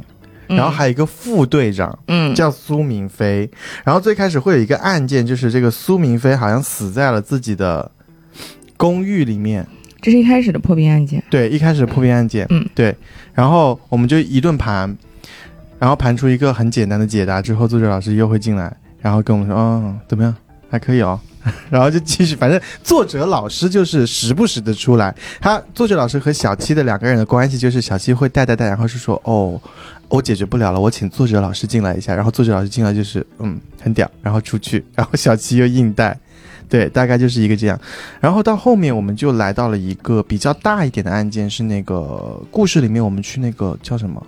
[SPEAKER 1] 然后还有一个副队长
[SPEAKER 2] 嗯，
[SPEAKER 1] 叫苏明飞。然后最开始会有一个案件，就是这个苏明飞好像死在了自己的公寓里面。
[SPEAKER 2] 这是一开始的破冰案件。
[SPEAKER 1] 对，一开始破冰案件，
[SPEAKER 2] 嗯
[SPEAKER 1] 对，然后我们就一顿盘，然后盘出一个很简单的解答之后，作者老师又会进来，然后跟我们说，嗯，怎么样，还可以哦， *laughs* 然后就继续，反正作者老师就是时不时的出来，他作者老师和小七的两个人的关系就是小七会带带带，然后是说，哦，我解决不了了，我请作者老师进来一下，然后作者老师进来就是，嗯，很屌，然后出去， *laughs* 然后小七又硬带。对，大概就是一个这样。然后到后面我们就来到了一个比较大一点的案件，是那个故事里面我们去那个叫什么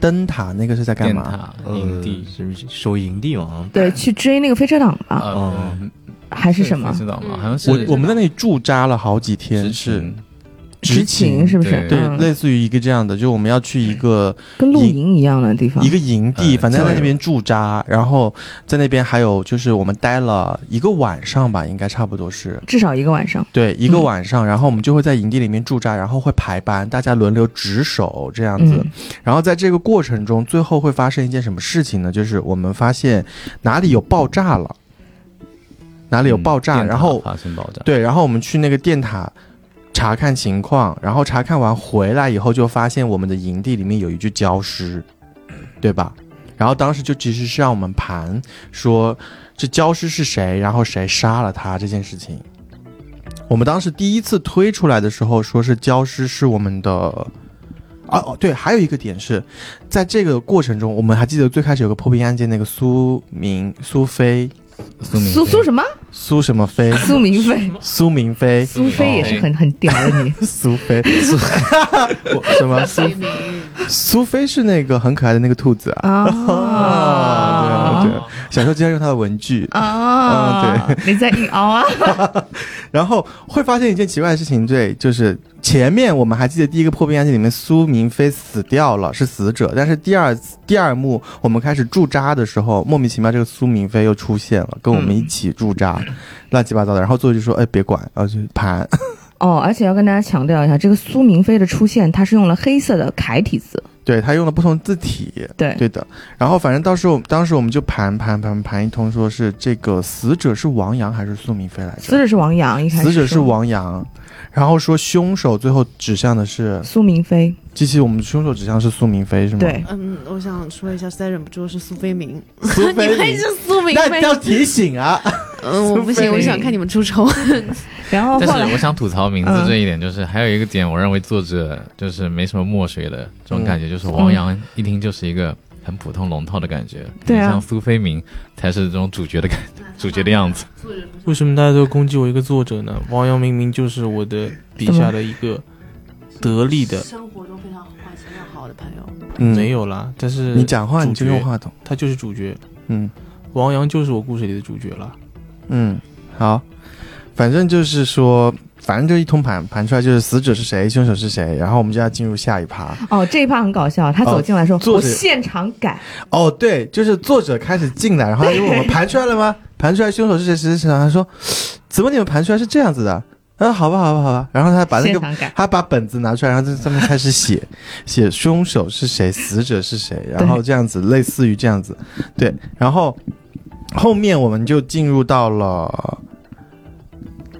[SPEAKER 1] 灯塔，那个是在干
[SPEAKER 5] 电
[SPEAKER 1] 嘛？
[SPEAKER 5] 塔
[SPEAKER 6] 呃
[SPEAKER 5] 营地，
[SPEAKER 6] 是守营地嘛？
[SPEAKER 2] 对，去追那个飞车党吧，
[SPEAKER 5] 呃，
[SPEAKER 2] 还啊是什么
[SPEAKER 5] 你知道吗？
[SPEAKER 7] 嗯
[SPEAKER 5] 好像是
[SPEAKER 1] 哦我我们在那里驻扎了好几天，是
[SPEAKER 5] 是
[SPEAKER 1] 执勤
[SPEAKER 2] 勤是不是？
[SPEAKER 1] 对，
[SPEAKER 2] 嗯
[SPEAKER 1] 类似于一个这样的，就我们要去一个、
[SPEAKER 2] 跟露营一样的地方
[SPEAKER 1] 一。个营地，
[SPEAKER 5] 呃
[SPEAKER 1] 反正在
[SPEAKER 5] 对
[SPEAKER 1] 那边驻扎，然后在那边还有就是我们待了一个晚上吧，应该差不多是
[SPEAKER 2] 至少一个晚上，
[SPEAKER 1] 对一个
[SPEAKER 2] 嗯
[SPEAKER 1] 晚上，然后我们就会在营地里面驻扎，然后会排班，大家轮流值守这样子。
[SPEAKER 2] 嗯，
[SPEAKER 1] 然后在这个过程中，最后会发生一件什么事情呢？就是我们发现哪里有爆炸了，哪里有爆炸，
[SPEAKER 5] 电塔
[SPEAKER 1] 然后
[SPEAKER 5] 发生爆炸，
[SPEAKER 1] 对，然后我们去那个电塔查看情况，然后查看完回来以后，就发现我们的营地里面有一具焦尸，对吧？然后当时就其实是让我们盘说这焦尸是谁，然后谁杀了他这件事情。我们当时第一次推出来的时候，说是焦尸是我们的，啊哦对，还有一个点是在这个过程中，我们还记得最开始有个破冰案件，那个苏明苏飞
[SPEAKER 5] 苏
[SPEAKER 2] 嗯
[SPEAKER 5] 明
[SPEAKER 2] 苏
[SPEAKER 5] 飞
[SPEAKER 2] 苏什么？
[SPEAKER 1] 苏什么 *laughs* 飞
[SPEAKER 2] 苏明飞，
[SPEAKER 1] 苏明飞
[SPEAKER 2] 苏飞也是很很屌的你。
[SPEAKER 1] 苏菲，苏我什么苏
[SPEAKER 7] 明
[SPEAKER 1] 苏菲是那个很可爱的那个兔子啊。
[SPEAKER 2] 啊
[SPEAKER 1] 对对，小时候经常用它的文具，
[SPEAKER 2] 啊！
[SPEAKER 1] 嗯
[SPEAKER 2] 对，你在硬凹啊？
[SPEAKER 1] 然后会发现一件奇怪的事情，对，就是前面我们还记得第一个破冰案件里面苏明飞死掉了，是死者，但是第二第二幕我们开始驻扎的时候，莫名其妙这个苏明飞又出现了，跟我们一起驻扎，乱七八糟的。然后作者就说：“哎，别管，然后就盘。
[SPEAKER 2] *laughs*
[SPEAKER 1] *laughs*
[SPEAKER 2] 哦，而且要跟大家强调一下，这个苏明飞的出现，他是用了黑色的楷体字。
[SPEAKER 1] 对他用了不同字体，
[SPEAKER 2] 对，
[SPEAKER 1] 对的，然后反正到时候当时我们就盘盘盘盘一通，说是这个死者是王阳还是苏明飞来
[SPEAKER 2] 死
[SPEAKER 1] 着？
[SPEAKER 2] 者是王阳，一开始
[SPEAKER 1] 死者是
[SPEAKER 2] 说
[SPEAKER 1] 王阳，然后说凶手最后指向的是，
[SPEAKER 2] 苏明飞。
[SPEAKER 1] 机器我们凶手指向是苏明飞是吗？
[SPEAKER 2] 对，
[SPEAKER 7] 嗯，我想说一下，实在忍不住是苏菲明，
[SPEAKER 1] 苏
[SPEAKER 7] *laughs* 你
[SPEAKER 1] 菲
[SPEAKER 7] 们
[SPEAKER 1] 明
[SPEAKER 7] 是。苏明
[SPEAKER 1] 那
[SPEAKER 7] 飞，
[SPEAKER 1] 要提醒啊！
[SPEAKER 7] 嗯，我不
[SPEAKER 1] 苏菲
[SPEAKER 7] 行，
[SPEAKER 1] 明
[SPEAKER 7] 我想看你们出丑，
[SPEAKER 2] 然后后
[SPEAKER 5] 但是
[SPEAKER 2] 来
[SPEAKER 5] 我想吐槽名
[SPEAKER 2] 嗯
[SPEAKER 5] 字这一点，就是还有一个点，我认为作者就是没什么墨水的这种感
[SPEAKER 1] 嗯
[SPEAKER 5] 觉，就是王阳一听就是一个很普通龙套的感觉，
[SPEAKER 2] 对啊
[SPEAKER 5] 像苏菲明才是这种主角的感觉，主角的样子。
[SPEAKER 4] *laughs* 为什么大家都攻击我一个作者呢？王阳明明就是我的笔下的一个得力的，
[SPEAKER 7] 生活中非常关心的好的朋友，
[SPEAKER 1] 嗯，
[SPEAKER 4] 没有啦。但是
[SPEAKER 1] 你讲话
[SPEAKER 4] 主
[SPEAKER 1] 你就
[SPEAKER 4] 角
[SPEAKER 1] 用话筒。
[SPEAKER 4] 他就是主角，
[SPEAKER 1] 嗯
[SPEAKER 4] 王阳就是我故事里的主角了。
[SPEAKER 1] 嗯，好，反正就是说，反正就一通盘盘出来就是死者是谁，凶手是谁，然后我们就要进入下一趴。
[SPEAKER 2] 哦这一趴很搞笑，他
[SPEAKER 1] 哦
[SPEAKER 2] 走进来说：“
[SPEAKER 1] 作
[SPEAKER 2] 我
[SPEAKER 1] 者
[SPEAKER 2] 现场改。
[SPEAKER 1] 哦，对，就是作者开始进来，然后他就问我们盘出来了吗？盘出来凶手是谁？谁谁谁？他说， *sniffs* 怎么你们盘出来是这样子的？嗯，好吧，好吧，好吧。然后他把啊那
[SPEAKER 2] 现
[SPEAKER 1] 个
[SPEAKER 2] 场改，
[SPEAKER 1] 他把本子拿出来，然后在上面开始写， *laughs* 写凶手是谁，死者是谁，然后这样子，类似于这样子，对。然后后面我们就进入到了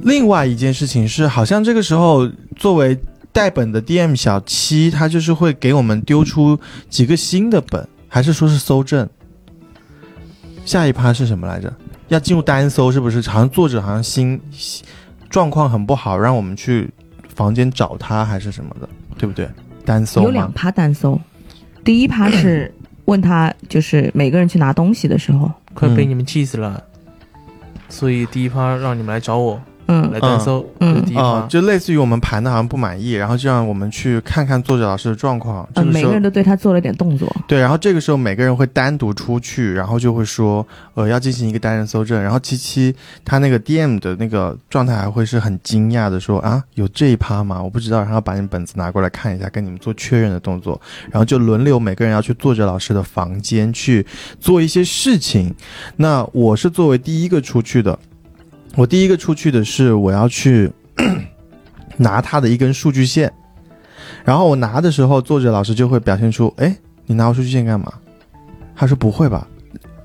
[SPEAKER 1] 另外一件事情是，好像这个时候作为带本的 DM 小七，他就是会给我们丢出几个新的本，还是说是搜证？下一趴是什么来着？要进入单搜是不是？好像作者好像心心状况很不好，让我们去房间找他还是什么的，对不对？单搜
[SPEAKER 2] 有两
[SPEAKER 1] 吗？
[SPEAKER 2] 趴单搜，第一趴是问他，就是每个人去拿东西的时候，
[SPEAKER 4] 快被
[SPEAKER 1] 嗯
[SPEAKER 4] 你们气死了，所以第一趴让你们来找我，
[SPEAKER 2] 嗯
[SPEAKER 4] 来单搜，
[SPEAKER 2] 嗯
[SPEAKER 4] 这是第一
[SPEAKER 1] 啊、
[SPEAKER 4] 趴。
[SPEAKER 1] 就类似于我们盘的好像不满意，然后就让我们去看看作者老师的状况。这
[SPEAKER 2] 呃，
[SPEAKER 1] 个
[SPEAKER 2] 每
[SPEAKER 1] 时
[SPEAKER 2] 个
[SPEAKER 1] 候
[SPEAKER 2] 人，都对他做了点动作，
[SPEAKER 1] 对，然后这个时候每个人会单独出去，然后就会说，呃，要进行一个单人搜证。然后七七他那个 DM 的那个状态还会是很惊讶的说啊，有这一趴吗？我不知道。然后把你们本子拿过来看一下，跟你们做确认的动作。然后就轮流每个人要去作者老师的房间去做一些事情。那我是作为第一个出去的，我第一个出去的是我要去 *clears throat* 拿他的一根数据线，然后我拿的时候，作者老师就会表现出，哎，你拿我数据线干嘛？他说不会吧，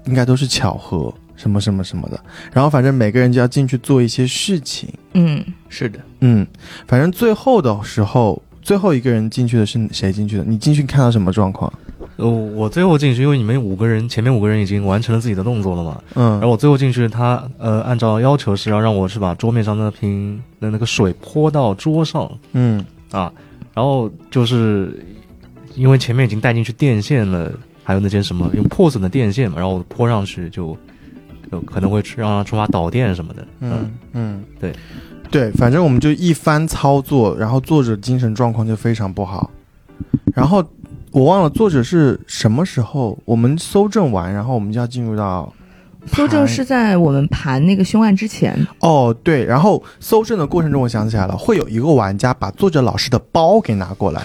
[SPEAKER 1] 应该都是巧合，什么什么什么的。然后反正每个人就要进去做一些事情。
[SPEAKER 2] 嗯，
[SPEAKER 4] 是的，
[SPEAKER 1] 嗯，反正最后的时候，最后一个人进去的是谁进去的？你进去看到什么状况？
[SPEAKER 6] 呃，我最后进去，因为你们五个人前面五个人已经完成了自己的动作了嘛，
[SPEAKER 1] 嗯
[SPEAKER 6] 然后我最后进去，他呃按照要求是要让我是把桌面上那瓶的那个水泼到桌上，
[SPEAKER 1] 嗯
[SPEAKER 6] 啊，然后就是因为前面已经带进去电线了，还有那些什么用破损的电线嘛，然后我泼上去就有可能会让它触发导电什么的。
[SPEAKER 1] 嗯嗯，
[SPEAKER 6] 对
[SPEAKER 1] 对，反正我们就一番操作，然后作者精神状况就非常不好。然后我忘了作者是什么时候，我们搜证完，然后我们就要进入到
[SPEAKER 2] 搜证
[SPEAKER 1] 盘
[SPEAKER 2] 是在我们盘那个凶案之前，
[SPEAKER 1] 哦，对，然后搜证的过程中，我想起来了，会有一个玩家把作者老师的包给拿过来。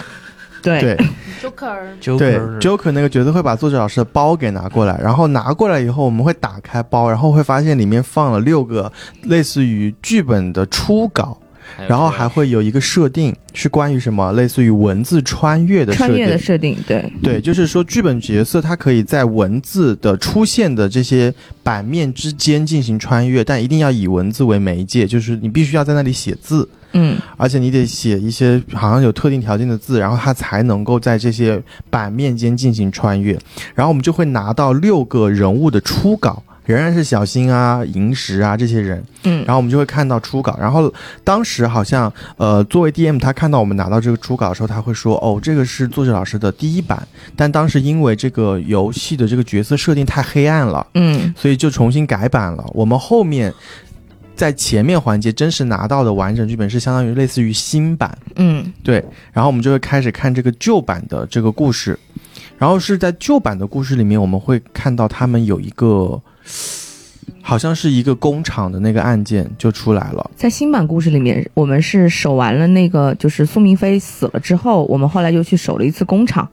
[SPEAKER 2] 对
[SPEAKER 1] 对
[SPEAKER 3] Joker，
[SPEAKER 1] 对
[SPEAKER 4] Joker
[SPEAKER 1] ，Joker 那个角色会把作者老师的包给拿过来，然后拿过来以后，我们会打开包，然后会发现里面放了六个类似于剧本的初稿，
[SPEAKER 5] 哎
[SPEAKER 1] 然后还会有一个设定是关于什么，类似于文字穿越的设
[SPEAKER 2] 穿越的
[SPEAKER 1] 定。
[SPEAKER 2] 设定，对，
[SPEAKER 1] 对，就是说剧本角色他可以在文字的出现的这些版面之间进行穿越，但一定要以文字为媒介，就是你必须要在那里写字。
[SPEAKER 2] 嗯，
[SPEAKER 1] 而且你得写一些好像有特定条件的字，然后它才能够在这些版面间进行穿越。然后我们就会拿到六个人物的初稿，仍然是小新啊、银石啊这些人。
[SPEAKER 2] 嗯
[SPEAKER 1] 然后我们就会看到初稿。然后当时好像呃，作为 DM，他看到我们拿到这个初稿的时候，他会说：“哦，这个是作者老师的第一版。”但当时因为这个游戏的这个角色设定太黑暗了，
[SPEAKER 2] 嗯，
[SPEAKER 1] 所以就重新改版了。我们后面在前面环节真实拿到的完整剧本是相当于类似于新版，
[SPEAKER 2] 嗯，
[SPEAKER 1] 对。然后我们就会开始看这个旧版的这个故事，然后是在旧版的故事里面，我们会看到他们有一个。好像是一个工厂的那个案件就出来了，
[SPEAKER 2] 在新版故事里面，我们是守完了那个，就是苏明飞死了之后，我们后来又去守了一次工厂，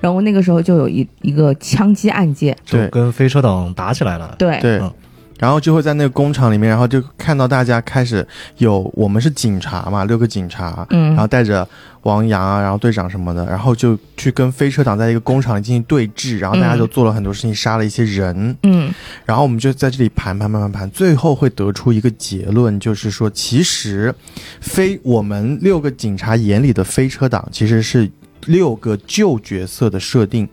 [SPEAKER 2] 然后那个时候就有一一个枪击案件，
[SPEAKER 6] 就
[SPEAKER 1] 对
[SPEAKER 6] 跟飞车党打起来了。
[SPEAKER 2] 对，
[SPEAKER 1] 对
[SPEAKER 6] 嗯，
[SPEAKER 1] 然后就会在那个工厂里面，然后就看到大家开始有我们是警察嘛，六个警察，
[SPEAKER 2] 嗯
[SPEAKER 1] 然后带着王洋啊，然后队长什么的，然后就去跟飞车党在一个工厂里进行对峙，然后大家就做了很多事情，杀了一些人，
[SPEAKER 2] 嗯
[SPEAKER 1] 然后我们就在这里盘盘盘盘盘，最后会得出一个结论，就是说，其实飞我们六个警察眼里的飞车党其实是六个旧角色的设定。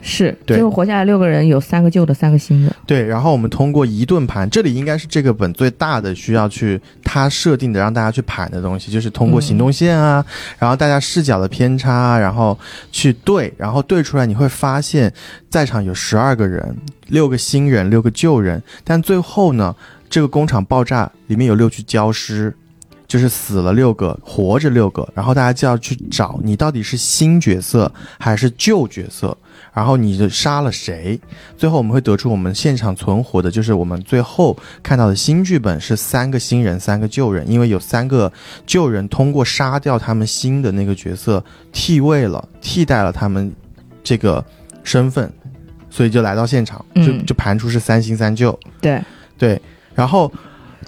[SPEAKER 2] 是，
[SPEAKER 1] 对
[SPEAKER 2] 最后活下来六个人，有三个旧的，三个新的，
[SPEAKER 1] 对，然后我们通过一顿盘，这里应该是这个本最大的需要去它设定的让大家去盘的东西，就是通过行动线啊，然后大家视角的偏差啊，然后去对，然后对出来你会发现在场有十二个人，六个新人，六个旧人，但最后呢，这个工厂爆炸里面有六具焦尸。就是死了六个，活着六个，然后大家就要去找你到底是新角色还是旧角色，然后你是杀了谁，最后我们会得出我们现场存活的，就是我们最后看到的新剧本是三个新人，三个旧人，因为有三个旧人通过杀掉他们新的那个角色替位了，替代了他们这个身份，所以就来到现场，就
[SPEAKER 2] 嗯
[SPEAKER 1] 就盘出是三新三旧。
[SPEAKER 2] 对，
[SPEAKER 1] 对，然后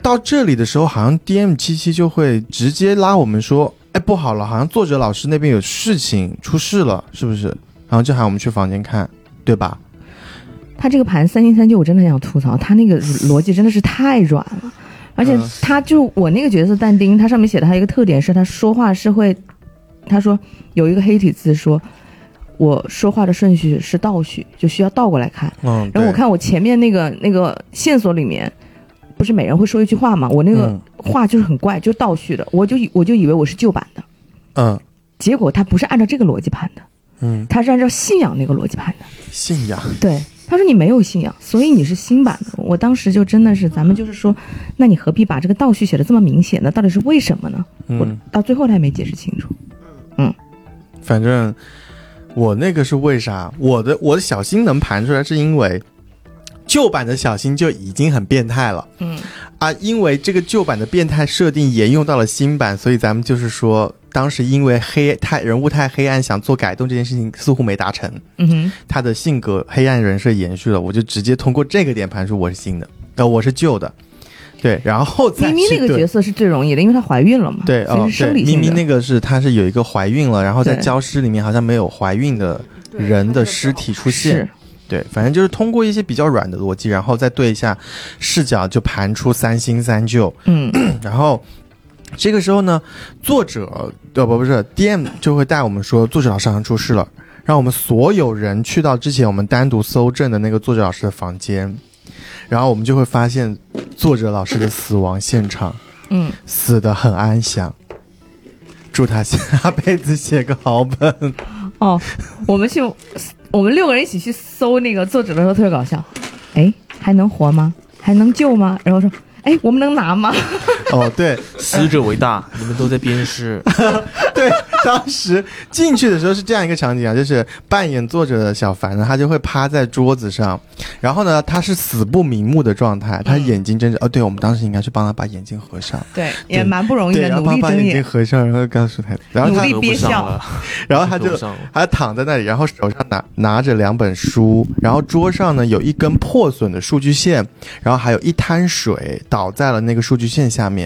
[SPEAKER 1] 到这里的时候，好像 DM 七七就会直接拉我们说：“哎，不好了，好像作者老师那边有事情出事了，是不是？”然后就喊我们去房间看，对吧？
[SPEAKER 2] 他这个盘三星三九，我真的很想吐槽，他那个逻辑真的是太软了，而且
[SPEAKER 1] 嗯
[SPEAKER 2] 他就我那个角色但丁，他上面写的还有一个特点是，他说话是会，他说有一个黑体字说，我说话的顺序是倒序，就需要倒过来看。
[SPEAKER 1] 嗯，
[SPEAKER 2] 然后
[SPEAKER 1] 对
[SPEAKER 2] 我看我前面那个那个线索里面，不是每人会说一句话嘛，我那个
[SPEAKER 1] 嗯
[SPEAKER 2] 话就是很怪，就是倒叙的，我就以我就以为我是旧版的，
[SPEAKER 1] 嗯
[SPEAKER 2] 结果他不是按照这个逻辑盘的，
[SPEAKER 1] 嗯，
[SPEAKER 2] 他是按照信仰那个逻辑盘的。
[SPEAKER 1] 信仰，
[SPEAKER 2] 对，他说你没有信仰，所以你是新版的。我当时就真的是，咱们就是说，那你何必把这个倒叙写的这么明显呢？到底是为什么呢？我
[SPEAKER 1] 嗯，
[SPEAKER 2] 到最后他也没解释清楚。
[SPEAKER 1] 反正我那个是为啥？我的我的小新能盘出来，是因为旧版的小新就已经很变态了
[SPEAKER 2] 嗯，
[SPEAKER 1] 啊，因为这个旧版的变态设定沿用到了新版，所以咱们就是说，当时因为黑太人物太黑暗，想做改动这件事情似乎没达成，
[SPEAKER 2] 嗯哼，
[SPEAKER 1] 他的性格黑暗人设延续了，我就直接通过这个点盘出我是新的，呃，我是旧的，对，然后再
[SPEAKER 2] 咪咪
[SPEAKER 1] 去
[SPEAKER 2] 那个
[SPEAKER 1] 对
[SPEAKER 2] 角色是最容易的，因为她怀孕了嘛，
[SPEAKER 1] 对
[SPEAKER 2] 所
[SPEAKER 1] 哦
[SPEAKER 2] 以，是
[SPEAKER 1] 对，
[SPEAKER 2] 生理
[SPEAKER 1] 咪
[SPEAKER 2] 性
[SPEAKER 1] 咪
[SPEAKER 2] 的。
[SPEAKER 1] 那个是她是有一个怀孕了，然后在
[SPEAKER 2] 对
[SPEAKER 1] 礁尸里面好像没有怀孕的
[SPEAKER 7] 对
[SPEAKER 1] 人
[SPEAKER 7] 他
[SPEAKER 1] 的
[SPEAKER 7] 这个
[SPEAKER 1] 尸
[SPEAKER 7] 不好
[SPEAKER 1] 体出
[SPEAKER 2] 是
[SPEAKER 1] 现，，对，反正就是通过一些比较软的逻辑，然后再对一下视角，就盘出三新三旧，
[SPEAKER 2] 嗯，
[SPEAKER 1] 然后。这个时候呢，作者呃不不是 DM 就会带我们说作者老师好像出事了，让我们所有人去到之前我们单独搜证的那个作者老师的房间，然后我们就会发现作者老师的死亡现场，
[SPEAKER 2] 嗯，
[SPEAKER 1] 死的很安详。祝他下辈子写个好本。
[SPEAKER 2] 哦，我们去，我们六个人一起去搜那个作者的时候特别搞笑，哎，还能活吗？还能救吗？然后说，哎，我们能拿吗？
[SPEAKER 1] 哦，对
[SPEAKER 4] 死者为大，你们都在鞭尸。
[SPEAKER 1] 对，当时进去的时候是这样一个场景啊，就是扮演作者的小凡呢，他就会趴在桌子上，然后呢，他是死不瞑目的状态，他眼睛睁着。哦，对，我们当时应该去帮他把眼睛合上，
[SPEAKER 2] 对，也蛮不容易
[SPEAKER 1] 对，
[SPEAKER 2] 的，
[SPEAKER 1] 然后帮
[SPEAKER 2] 努力
[SPEAKER 1] 他把
[SPEAKER 2] 睁
[SPEAKER 1] 眼睛
[SPEAKER 2] 眼，
[SPEAKER 1] 合上，然后告诉他， *laughs* 然后
[SPEAKER 2] 努
[SPEAKER 1] 他
[SPEAKER 2] 力憋笑
[SPEAKER 1] 然后他
[SPEAKER 4] 都
[SPEAKER 1] 就
[SPEAKER 4] 不上了
[SPEAKER 1] 他躺在那里，然后手上拿拿着两本书，然后桌上呢有一根破损的数据线，然后还有一滩水倒在了那个数据线下面。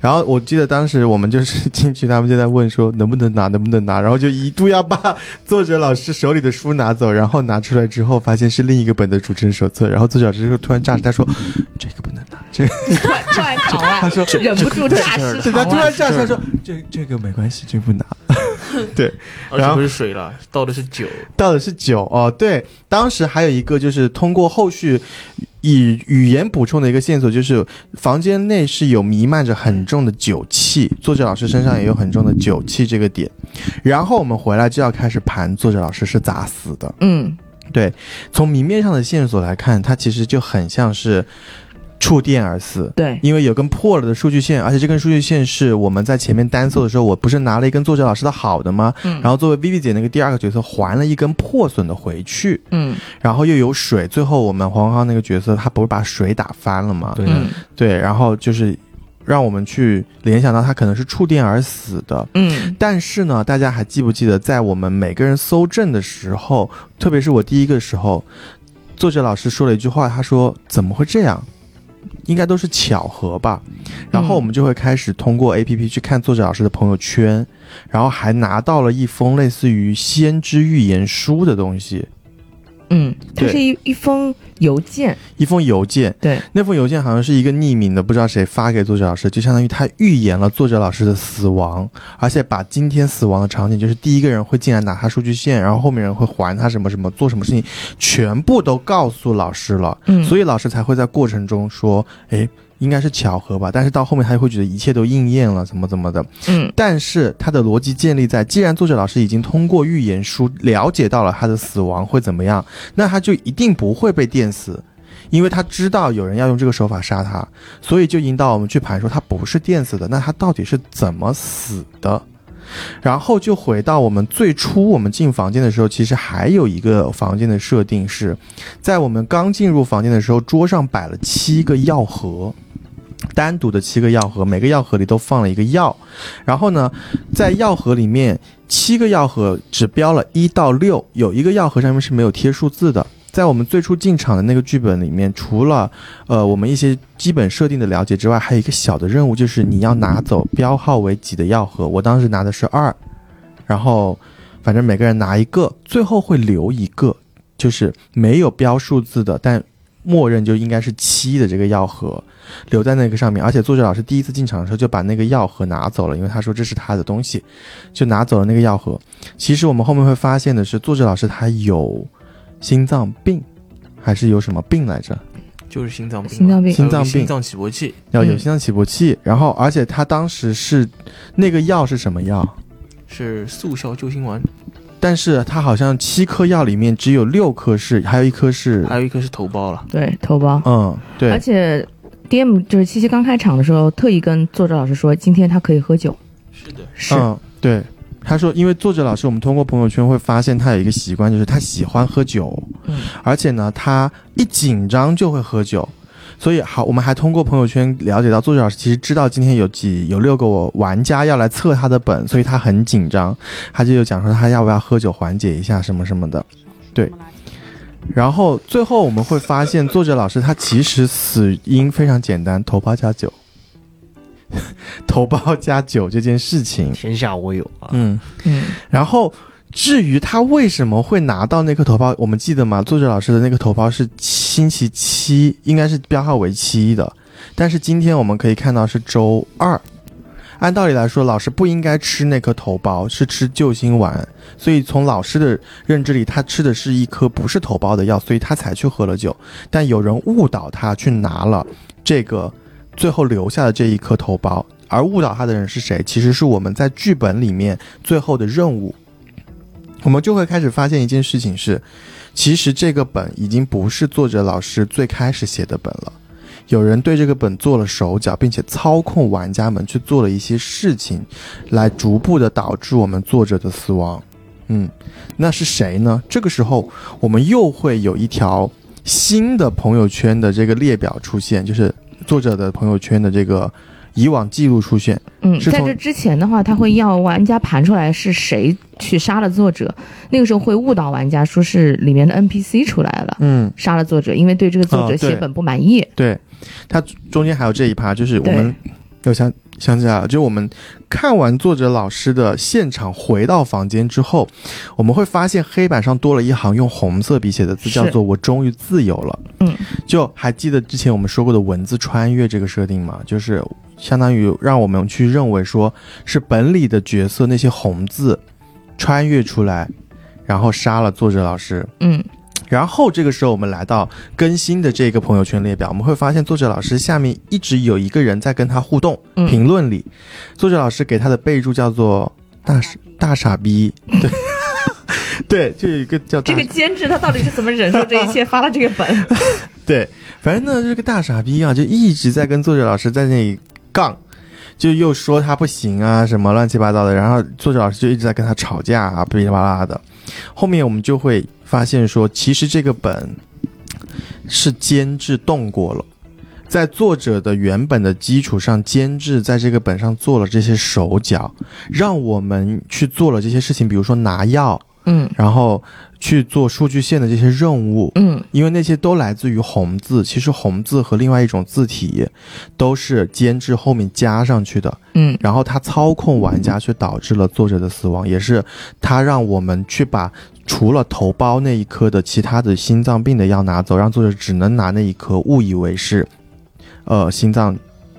[SPEAKER 1] 然后我记得当时我们就是 *laughs* 进去，他们就在问说能不能拿，能不能拿，然后就一度要把作者老师手里的书拿走，然后拿出来之后发现是另一个本的主持人手册，然后作者老师就突然炸着他说这个不能拿，这个
[SPEAKER 2] 突然突然场外，啊忍不住大啊
[SPEAKER 1] *laughs*
[SPEAKER 2] 师
[SPEAKER 1] 对他
[SPEAKER 2] 场
[SPEAKER 1] 突然
[SPEAKER 2] 外，
[SPEAKER 1] 炸着他说啊这这个没关系，这个不拿，对。
[SPEAKER 4] 而且不是水了，倒的是酒。
[SPEAKER 1] 倒的是酒哦，对，当时还有一个就是通过后续以语言补充的一个线索，就是房间内是有弥漫着很重的酒气，作者老师身上也有很重的酒气这个点。然后我们回来就要开始盘作者老师是咋死的。
[SPEAKER 2] 嗯，
[SPEAKER 1] 从明面上的线索来看，它其实就很像是触电而死。
[SPEAKER 2] 对，
[SPEAKER 1] 因为有根破了的数据线，而且这根数据线是我们在前面单搜的时候，我不是拿了一根作者老师的好的吗？
[SPEAKER 2] 嗯
[SPEAKER 1] 然后作为 Vivi 姐那个第二个角色还了一根破损的回去，
[SPEAKER 2] 嗯
[SPEAKER 1] 然后又有水，最后我们黄浩那个角色他不是把水打翻了吗？
[SPEAKER 6] 对的，
[SPEAKER 2] 嗯
[SPEAKER 1] 对，然后就是让我们去联想到他可能是触电而死的。
[SPEAKER 2] 嗯，
[SPEAKER 1] 但是呢，大家还记不记得，在我们每个人搜证的时候，特别是我第一个时候，作者老师说了一句话，他说：“怎么会这样？应该都是巧合吧。”然后我们就会开始通过 A P P 去看作者老师的朋友圈，然后还拿到了一封类似于先知预言书的东西，
[SPEAKER 2] 嗯，它
[SPEAKER 1] 对
[SPEAKER 2] 是一一封邮件，
[SPEAKER 1] 一封邮件。
[SPEAKER 2] 对，
[SPEAKER 1] 那封邮件好像是一个匿名的，不知道谁发给作者老师，就相当于他预言了作者老师的死亡，而且把今天死亡的场景，就是第一个人会进来拿他数据线，然后后面人会还他什么什么，做什么事情，全部都告诉老师了，
[SPEAKER 2] 嗯，
[SPEAKER 1] 所
[SPEAKER 2] 以
[SPEAKER 1] 以老师才会在过程中说，诶，应该是巧合吧，但是到后面他就会觉得一切都应验了，怎么怎么的。
[SPEAKER 2] 嗯
[SPEAKER 1] 但是他的逻辑建立在，既然作者老师已经通过预言书了解到了他的死亡会怎么样，那他就一定不会被电死，因为他知道有人要用这个手法杀他，所以就引导我们去盘说他不是电死的，那他到底是怎么死的？然后就回到我们最初我们进房间的时候，其实还有一个房间的设定是，在我们刚进入房间的时候，桌上摆了七个药盒，单独的七个药盒，每个药盒里都放了一个药。然后呢，在药盒里面，七个药盒只标了一到六，有一个药盒上面是没有贴数字的。在我们最初进场的那个剧本里面，除了呃我们一些基本设定的了解之外，还有一个小的任务，就是你要拿走标号为几的药盒。我当时拿的是二，然后反正每个人拿一个，最后会留一个，就是没有标数字的，但默认就应该是七的这个药盒。留在那个上面，而且作者老师第一次进场的时候就把那个药盒拿走了，因为他说这是他的东西，就拿走了那个药盒。其实我们后面会发现的是，作者老师他有心脏病，还是有什么病来着？
[SPEAKER 4] 就是心脏病了，
[SPEAKER 2] 心脏病
[SPEAKER 4] 还有一个
[SPEAKER 1] 心脏病
[SPEAKER 4] 心脏起搏器，
[SPEAKER 1] 要有
[SPEAKER 2] 嗯
[SPEAKER 1] 心脏起搏器，然后而且他当时是那个药是什么药？
[SPEAKER 4] 是速效救心丸，
[SPEAKER 1] 但是它好像七颗药里面只有六颗是，还有一颗
[SPEAKER 6] 嗯
[SPEAKER 1] 是，
[SPEAKER 4] 还有一个是头孢了，
[SPEAKER 2] 对，头孢。
[SPEAKER 1] 嗯，
[SPEAKER 2] 而
[SPEAKER 1] 对，
[SPEAKER 2] 且 DM 就是七夕刚开场的时候，特意跟作者老师说，今天他可以喝酒。
[SPEAKER 4] 是的，
[SPEAKER 2] 是，
[SPEAKER 1] 嗯，对。他说，因为作者老师，我们通过朋友圈会发现他有一个习惯，就是他喜欢喝酒，
[SPEAKER 2] 嗯
[SPEAKER 1] 而且呢，他一紧张就会喝酒。所以好，我们还通过朋友圈了解到，作者老师其实知道今天有几有六个我玩家要来测他的本，所以他很紧张，他就有讲说他要不要喝酒缓解一下什么什么的。对，然后最后我们会发现，作者老师他其实死因非常简单，头孢加酒， *laughs* 头孢加酒这件事情，
[SPEAKER 6] 天下我有啊，
[SPEAKER 1] 嗯。
[SPEAKER 2] 嗯，
[SPEAKER 1] 然后，至于他为什么会拿到那颗头孢，我们记得吗？作者老师的那个头孢是星期七，应该是标号为七的，但是今天我们可以看到是周二。按道理来说，老师不应该吃那颗头孢，是吃救心丸。所以从老师的认知里，他吃的是一颗不是头孢的药，所以他才去喝了酒。但有人误导他去拿了这个，最后留下的这一颗头孢。而误导他的人是谁？其实是我们在剧本里面最后的任务，我们就会开始发现一件事情是，其实这个本已经不是作者老师最开始写的本了。有人对这个本做了手脚，并且操控玩家们去做了一些事情，来逐步的导致我们作者的死亡。嗯，那是谁呢？这个时候，我们又会有一条新的朋友圈的这个列表出现，就是作者的朋友圈的这个以往记录出现。
[SPEAKER 2] 嗯，
[SPEAKER 1] 是
[SPEAKER 2] 在
[SPEAKER 1] 从
[SPEAKER 2] 这之前的话，他会要玩家盘出来是谁去杀了作者，那个时候会误导玩家说是里面的 NPC 出来了。
[SPEAKER 1] 嗯，
[SPEAKER 2] 杀了作者，因为对这个作
[SPEAKER 1] 啊
[SPEAKER 2] 者
[SPEAKER 1] 对
[SPEAKER 2] 写本不满意。
[SPEAKER 1] 对，它中间还有这一趴，就是我们有想想起来了，就我们看完作者老师的现场，回到房间之后，我们会发现黑板上多了一行用红色笔写的字，
[SPEAKER 2] 是
[SPEAKER 1] 叫做“我终于自由了”。
[SPEAKER 2] 嗯，
[SPEAKER 1] 就还记得之前我们说过的文字穿越这个设定吗？就是相当于让我们去认为说是本里的角色那些红字穿越出来，然后杀了作者老师。
[SPEAKER 2] 嗯，
[SPEAKER 1] 然后这个时候我们来到更新的这个朋友圈列表，我们会发现作者老师下面一直有一个人在跟他互动，
[SPEAKER 2] 嗯
[SPEAKER 1] 评论里，作者老师给他的备注叫做“大傻大傻逼”， *laughs* 对，对，就有一个叫大
[SPEAKER 2] 这个监制他到底是怎么忍受这一切，发了这个本？
[SPEAKER 1] *laughs* 对，反正呢，这个大傻逼啊，就一直在跟作者老师在那里杠，就又说他不行啊，什么乱七八糟的。然后作者老师就一直在跟他吵架啊，噼里啪啦的。后面我们就会发现说，其实这个本是监制动过了。在作者的原本的基础上，监制在这个本上做了这些手脚，让我们去做了这些事情，比如说拿药，
[SPEAKER 2] 嗯
[SPEAKER 1] 然后去做数据线的这些任务，
[SPEAKER 2] 嗯，
[SPEAKER 1] 因为那些都来自于红字，其实红字和另外一种字体都是监制后面加上去的，
[SPEAKER 2] 嗯，
[SPEAKER 1] 然后它操控玩家去导致了作者的死亡，也是它让我们去把除了头孢那一颗的其他的心脏病的药拿走，让作者只能拿那一颗，误以为是呃心脏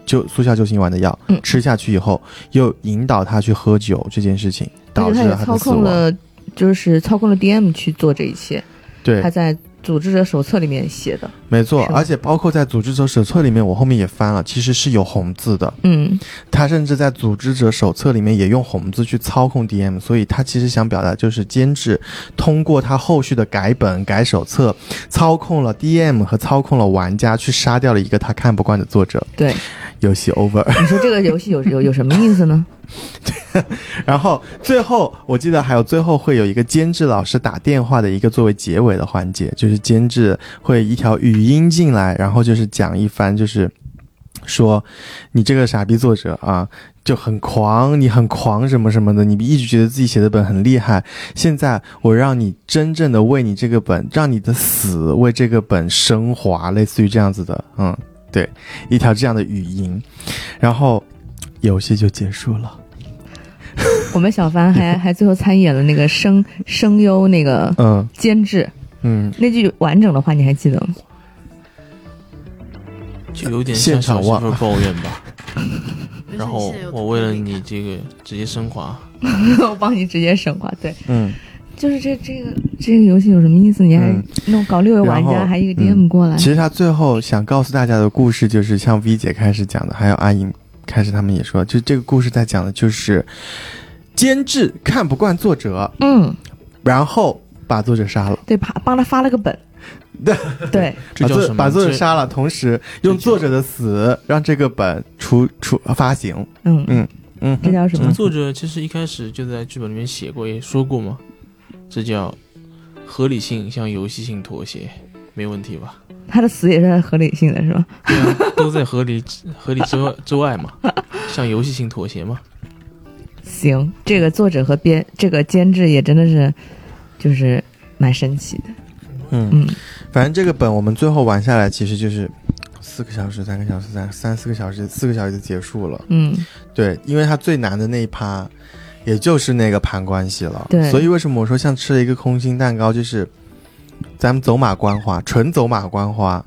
[SPEAKER 1] 就速效救心丸的药，
[SPEAKER 2] 嗯
[SPEAKER 1] 吃下去以后又引导他去喝酒这件事情，导
[SPEAKER 2] 而且
[SPEAKER 1] 致
[SPEAKER 2] 他也
[SPEAKER 1] 了他
[SPEAKER 2] 操
[SPEAKER 1] 的死亡。
[SPEAKER 2] 控了，就是操控了 DM 去做这一切，
[SPEAKER 1] 对
[SPEAKER 2] 他，在组织者手册里面写的。
[SPEAKER 1] 没错，
[SPEAKER 2] 是吧
[SPEAKER 1] 而且包括在组织者手册里面，我后面也翻了，其实是有红字的。
[SPEAKER 2] 嗯
[SPEAKER 1] 他甚至在组织者手册里面也用红字去操控 DM，所以他其实想表达就是监制通过他后续的改本、改手册，操控了 DM 和操控了玩家，去杀掉了一个他看不惯的作者。
[SPEAKER 2] 对，
[SPEAKER 1] 游戏 over。
[SPEAKER 2] 你说这个游戏有有有什么意思呢？
[SPEAKER 1] 然后最后我记得还有最后会有一个监制老师打电话的一个作为结尾的环节，就是监制会一条语音进来，然后就是讲一番，就是说你这个傻逼作者啊。就很狂，你很狂什么什么的，你一直觉得自己写的本很厉害。现在我让你真正的为你这个本，让你的死为这个本升华，类似于这样子的，嗯，对，一条这样的语音，然后游戏就结束了。
[SPEAKER 2] 我们小凡还还最后参演了那个声声优那个
[SPEAKER 1] 嗯
[SPEAKER 2] 监制
[SPEAKER 1] 嗯，
[SPEAKER 2] 那句完整的话，你还记得吗？ *laughs*
[SPEAKER 4] 就有点
[SPEAKER 1] 现场
[SPEAKER 4] 像小媳
[SPEAKER 1] 忘
[SPEAKER 4] 妇儿抱怨
[SPEAKER 7] *laughs*
[SPEAKER 4] 吧。
[SPEAKER 7] 没事
[SPEAKER 4] 然
[SPEAKER 7] 你
[SPEAKER 4] 后
[SPEAKER 7] 现在有
[SPEAKER 4] 我为了
[SPEAKER 7] 图片给
[SPEAKER 4] 你这个直接升华，
[SPEAKER 6] 嗯
[SPEAKER 2] 我帮你直接升华。对，
[SPEAKER 1] 嗯，
[SPEAKER 2] 就是这这个这个游戏有什么意思？你还
[SPEAKER 1] 嗯
[SPEAKER 2] 弄搞六个玩
[SPEAKER 1] 然
[SPEAKER 2] 家，
[SPEAKER 1] 后嗯
[SPEAKER 2] 还一个 DM 过来
[SPEAKER 1] 其，实他最后想告诉大家的故事，就是像 V 姐开始讲的，还有阿颖开始他们也说，就这个故事在讲的就是监制看不惯作者，
[SPEAKER 2] 嗯，
[SPEAKER 1] 然后把作者杀了，
[SPEAKER 2] 对，帮帮他发了
[SPEAKER 1] *laughs*
[SPEAKER 2] 个本，
[SPEAKER 1] 对
[SPEAKER 2] 对，
[SPEAKER 4] 这
[SPEAKER 1] 把
[SPEAKER 4] 叫什
[SPEAKER 1] 作
[SPEAKER 4] 么？
[SPEAKER 1] 把作者
[SPEAKER 4] 这
[SPEAKER 1] 杀了，同时用作者的死让这个本出出发行。
[SPEAKER 2] 嗯
[SPEAKER 1] 嗯嗯
[SPEAKER 2] 这叫什
[SPEAKER 4] 这
[SPEAKER 2] 么
[SPEAKER 4] 个？作者其实一开始就在剧本里面写过，也说过嘛，这叫合理性向游戏性妥协，没问题
[SPEAKER 6] *laughs*
[SPEAKER 4] 吧？
[SPEAKER 2] 他的死也是合理性的，是吧？
[SPEAKER 4] 对啊，都在合理合理之外之外嘛， *laughs* 向游戏性妥协嘛。
[SPEAKER 2] 行，这个作者和编这个监制也真的是，就是蛮神奇的。
[SPEAKER 1] 嗯，
[SPEAKER 2] 嗯，
[SPEAKER 1] 反正这个本我们最后玩下来，其实就是四个小时、三个小时、三三四个小时、四个小时就结束了。
[SPEAKER 2] 嗯，
[SPEAKER 1] 对，因为它最难的那一趴，也就是那个盘关系了。
[SPEAKER 2] 对
[SPEAKER 1] 所以为什么我说像吃了一个空心蛋糕，就是咱们走马观花，纯走马观花。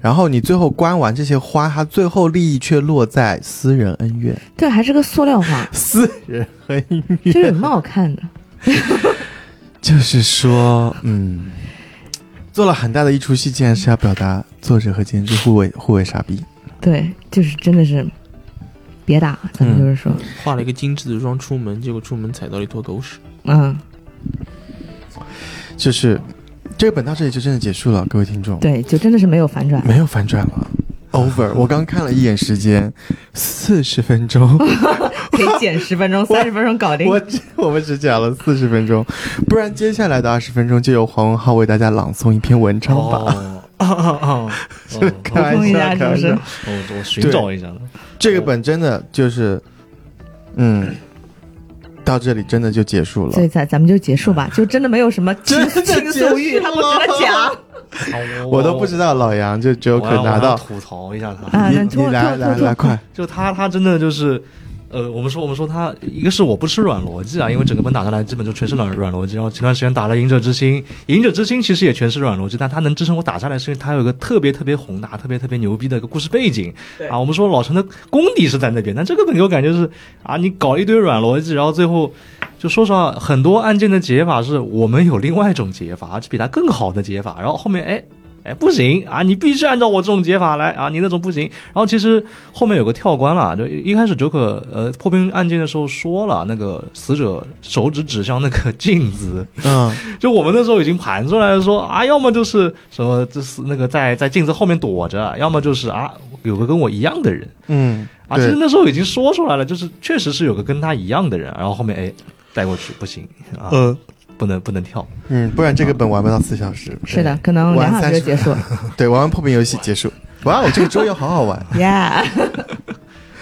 [SPEAKER 1] 然后你最后观完这些花，它最后利益却落在私人恩怨，，
[SPEAKER 2] 对，还是个塑料花
[SPEAKER 1] *laughs* 私人恩怨。
[SPEAKER 2] 就是有什么好看的？
[SPEAKER 1] 就是说，嗯，做了很大的一出戏，竟然是要表达作者和监制互为互为傻逼。
[SPEAKER 2] 对，就是真的是，别打，咱们就是说，
[SPEAKER 4] 化了一个精致的妆出门，结果出门踩到了一坨狗屎。
[SPEAKER 2] 嗯，
[SPEAKER 1] 就是这个本到这里就真的结束了，各位听众，
[SPEAKER 2] 对，就真的是没有反
[SPEAKER 1] *laughs*
[SPEAKER 2] 转。
[SPEAKER 1] 没有反转了。Over，我 *laughs* 刚看了一眼时间，四十分钟，
[SPEAKER 2] 可以减十分钟、三十分钟搞定。
[SPEAKER 1] 我只 *laughs* 我们只讲了四十分钟，不然接下来的二十分钟就由黄文浩为大家朗诵一篇文章吧。
[SPEAKER 6] *laughs* 哦哦哦哦
[SPEAKER 1] *laughs* 开玩
[SPEAKER 2] 补充一
[SPEAKER 1] 笑，
[SPEAKER 2] 下
[SPEAKER 1] 开玩
[SPEAKER 2] 是不
[SPEAKER 1] 笑
[SPEAKER 2] 是。
[SPEAKER 6] 我我寻找一下了。
[SPEAKER 1] 这个本真的就是，嗯，到这里真的就结束了
[SPEAKER 2] 所。以咱咱们就结束吧，就真的没有什么轻
[SPEAKER 1] *laughs* 真的
[SPEAKER 2] 倾诉欲，
[SPEAKER 1] 结束
[SPEAKER 2] 他不值得讲。
[SPEAKER 1] 我都不知道老杨就只有
[SPEAKER 6] 我
[SPEAKER 1] 可啊
[SPEAKER 6] 要
[SPEAKER 1] 拿
[SPEAKER 6] 我要
[SPEAKER 1] 到，
[SPEAKER 6] 吐槽一下他。
[SPEAKER 2] 啊
[SPEAKER 1] 你
[SPEAKER 2] 那
[SPEAKER 1] 你
[SPEAKER 2] 吐
[SPEAKER 1] 来
[SPEAKER 2] 吐
[SPEAKER 1] 来
[SPEAKER 2] 吐
[SPEAKER 1] 来，
[SPEAKER 2] 吐
[SPEAKER 1] 快！
[SPEAKER 6] 就他他真的就是，呃，我们说我们说他一个是我不吃软逻辑啊，因为整个本打下来基本就全是软软逻辑。然后前段时间打了《隐者之心》，《隐者之心》其实也全是软逻辑，但它能支撑我打下来，是因为它有一个特别特别宏大、特别特别牛逼的一个故事背景
[SPEAKER 3] 对
[SPEAKER 6] 啊。我们说老陈的功底是在那边，但这个本给我感觉是啊，你搞一堆软逻辑，然后最后。就说实话，很多案件的解法是我们有另外一种解法，这比它更好的解法。然后后面，哎，哎，不行啊，你必须按照我这种解法来啊，你那种不行。然后其实后面有个跳关了，就一开始九可呃破冰案件的时候说了，那个死者手指指向那个镜子， *laughs*
[SPEAKER 1] 嗯，
[SPEAKER 6] 就我们那时候已经盘出来了说啊，要么就是什么就是那个在在镜子后面躲着，要么就是啊有个跟我一样的人
[SPEAKER 1] 嗯，
[SPEAKER 6] 啊，其
[SPEAKER 1] 对
[SPEAKER 6] 实那时候已经说出来了，就是确实是有个跟他一样的人，然后后面哎带过去不行啊，
[SPEAKER 1] 嗯
[SPEAKER 6] 不能不能跳，
[SPEAKER 1] 嗯，不然这个本玩不到四小时。
[SPEAKER 2] 是的，可能
[SPEAKER 1] 玩
[SPEAKER 2] 两小时就
[SPEAKER 1] 30
[SPEAKER 2] 结束。
[SPEAKER 1] *laughs* 对，玩完破冰游戏结束。哇哦，这个桌游好好玩。
[SPEAKER 2] Yeah，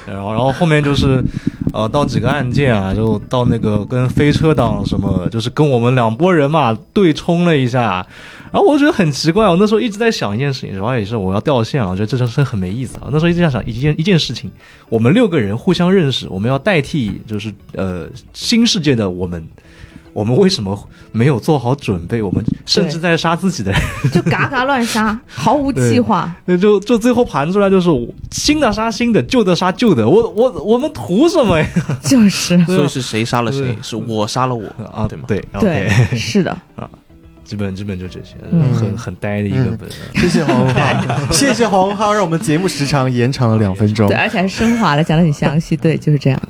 [SPEAKER 6] 然后，然后后面就是，呃，到几个案件啊，就到那个跟飞车党什么，就是跟我们两拨人嘛对冲了一下。然后我觉得很奇怪，我那时候一直在想一件事情，主要也是我要掉线啊，我觉得这件事很没意思啊。那时候一直在想一件一件事情，我们六个人互相认识，我们要代替就是呃新世界的我们，我们为什么没有做好准备？我们甚至在杀自己的人。
[SPEAKER 2] 就嘎嘎乱杀，毫无计划。
[SPEAKER 6] 那 *laughs* 就就最后盘出来就是新的杀新的，旧的杀旧的，我我我们图什么呀？
[SPEAKER 2] 就是
[SPEAKER 6] 对啊
[SPEAKER 4] 所以是谁杀了谁？
[SPEAKER 6] 对
[SPEAKER 4] 是我杀了我
[SPEAKER 6] 啊，
[SPEAKER 4] 对吗？
[SPEAKER 6] 对
[SPEAKER 2] 对 *laughs*
[SPEAKER 6] OK，，
[SPEAKER 2] 是的，
[SPEAKER 6] 基本基本就这些，
[SPEAKER 2] 嗯
[SPEAKER 6] 很很呆的一个本。
[SPEAKER 1] 谢谢黄文
[SPEAKER 2] *laughs*
[SPEAKER 1] 浩，谢谢黄文浩，让我们节目时长延长了两分钟
[SPEAKER 2] 对，。而且还升华了，讲的很详
[SPEAKER 1] *laughs*
[SPEAKER 2] 细。对，就是这样。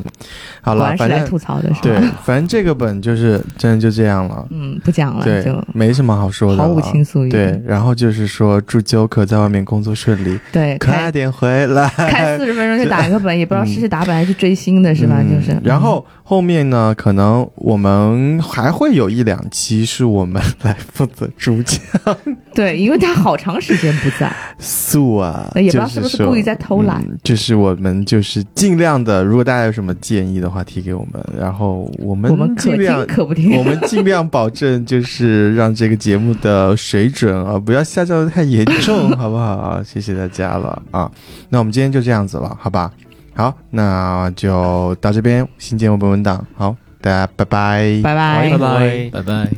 [SPEAKER 1] 好
[SPEAKER 2] 果
[SPEAKER 1] 了，
[SPEAKER 2] 然是
[SPEAKER 1] 反
[SPEAKER 2] 来
[SPEAKER 1] 正
[SPEAKER 2] 吐槽的，是吧？
[SPEAKER 1] 对，反正这个本就是真的就这样了。
[SPEAKER 2] 嗯，不讲了，
[SPEAKER 1] 对
[SPEAKER 2] 就，
[SPEAKER 1] 没什么好说的了，
[SPEAKER 2] 毫无倾诉欲。
[SPEAKER 1] 对，然后就是说祝 Joker 在外面工作顺利，
[SPEAKER 2] 对，
[SPEAKER 1] 快
[SPEAKER 2] 开
[SPEAKER 1] 点回来。
[SPEAKER 2] 开四十分钟就打一个本，也不知道是去打本还是追星的，是吧？
[SPEAKER 1] 嗯
[SPEAKER 2] 就是。
[SPEAKER 1] 然后后面呢，可能我们还会有一两期是我们来负责主讲
[SPEAKER 2] 对，因为他好长时间不在，
[SPEAKER 1] 素啊，
[SPEAKER 2] 呃也不知道
[SPEAKER 1] 就是
[SPEAKER 2] 不是
[SPEAKER 1] 说
[SPEAKER 2] 故意在偷懒
[SPEAKER 1] 嗯就是我们就是尽量的，如果大家有什么建议的话，提给我们，然后我们
[SPEAKER 2] 我们可
[SPEAKER 1] 尽量
[SPEAKER 2] 听。可不
[SPEAKER 1] *laughs*
[SPEAKER 2] 听。
[SPEAKER 1] 我们尽量保证，就是让这个节目的水准啊，不要下降的太严重，好不好啊？谢谢大家了啊！ *laughs* 那我们今天就这样子了，好吧？好，那就到这边，新节目本文档，好，大家拜拜。
[SPEAKER 2] 拜拜。
[SPEAKER 5] 拜拜。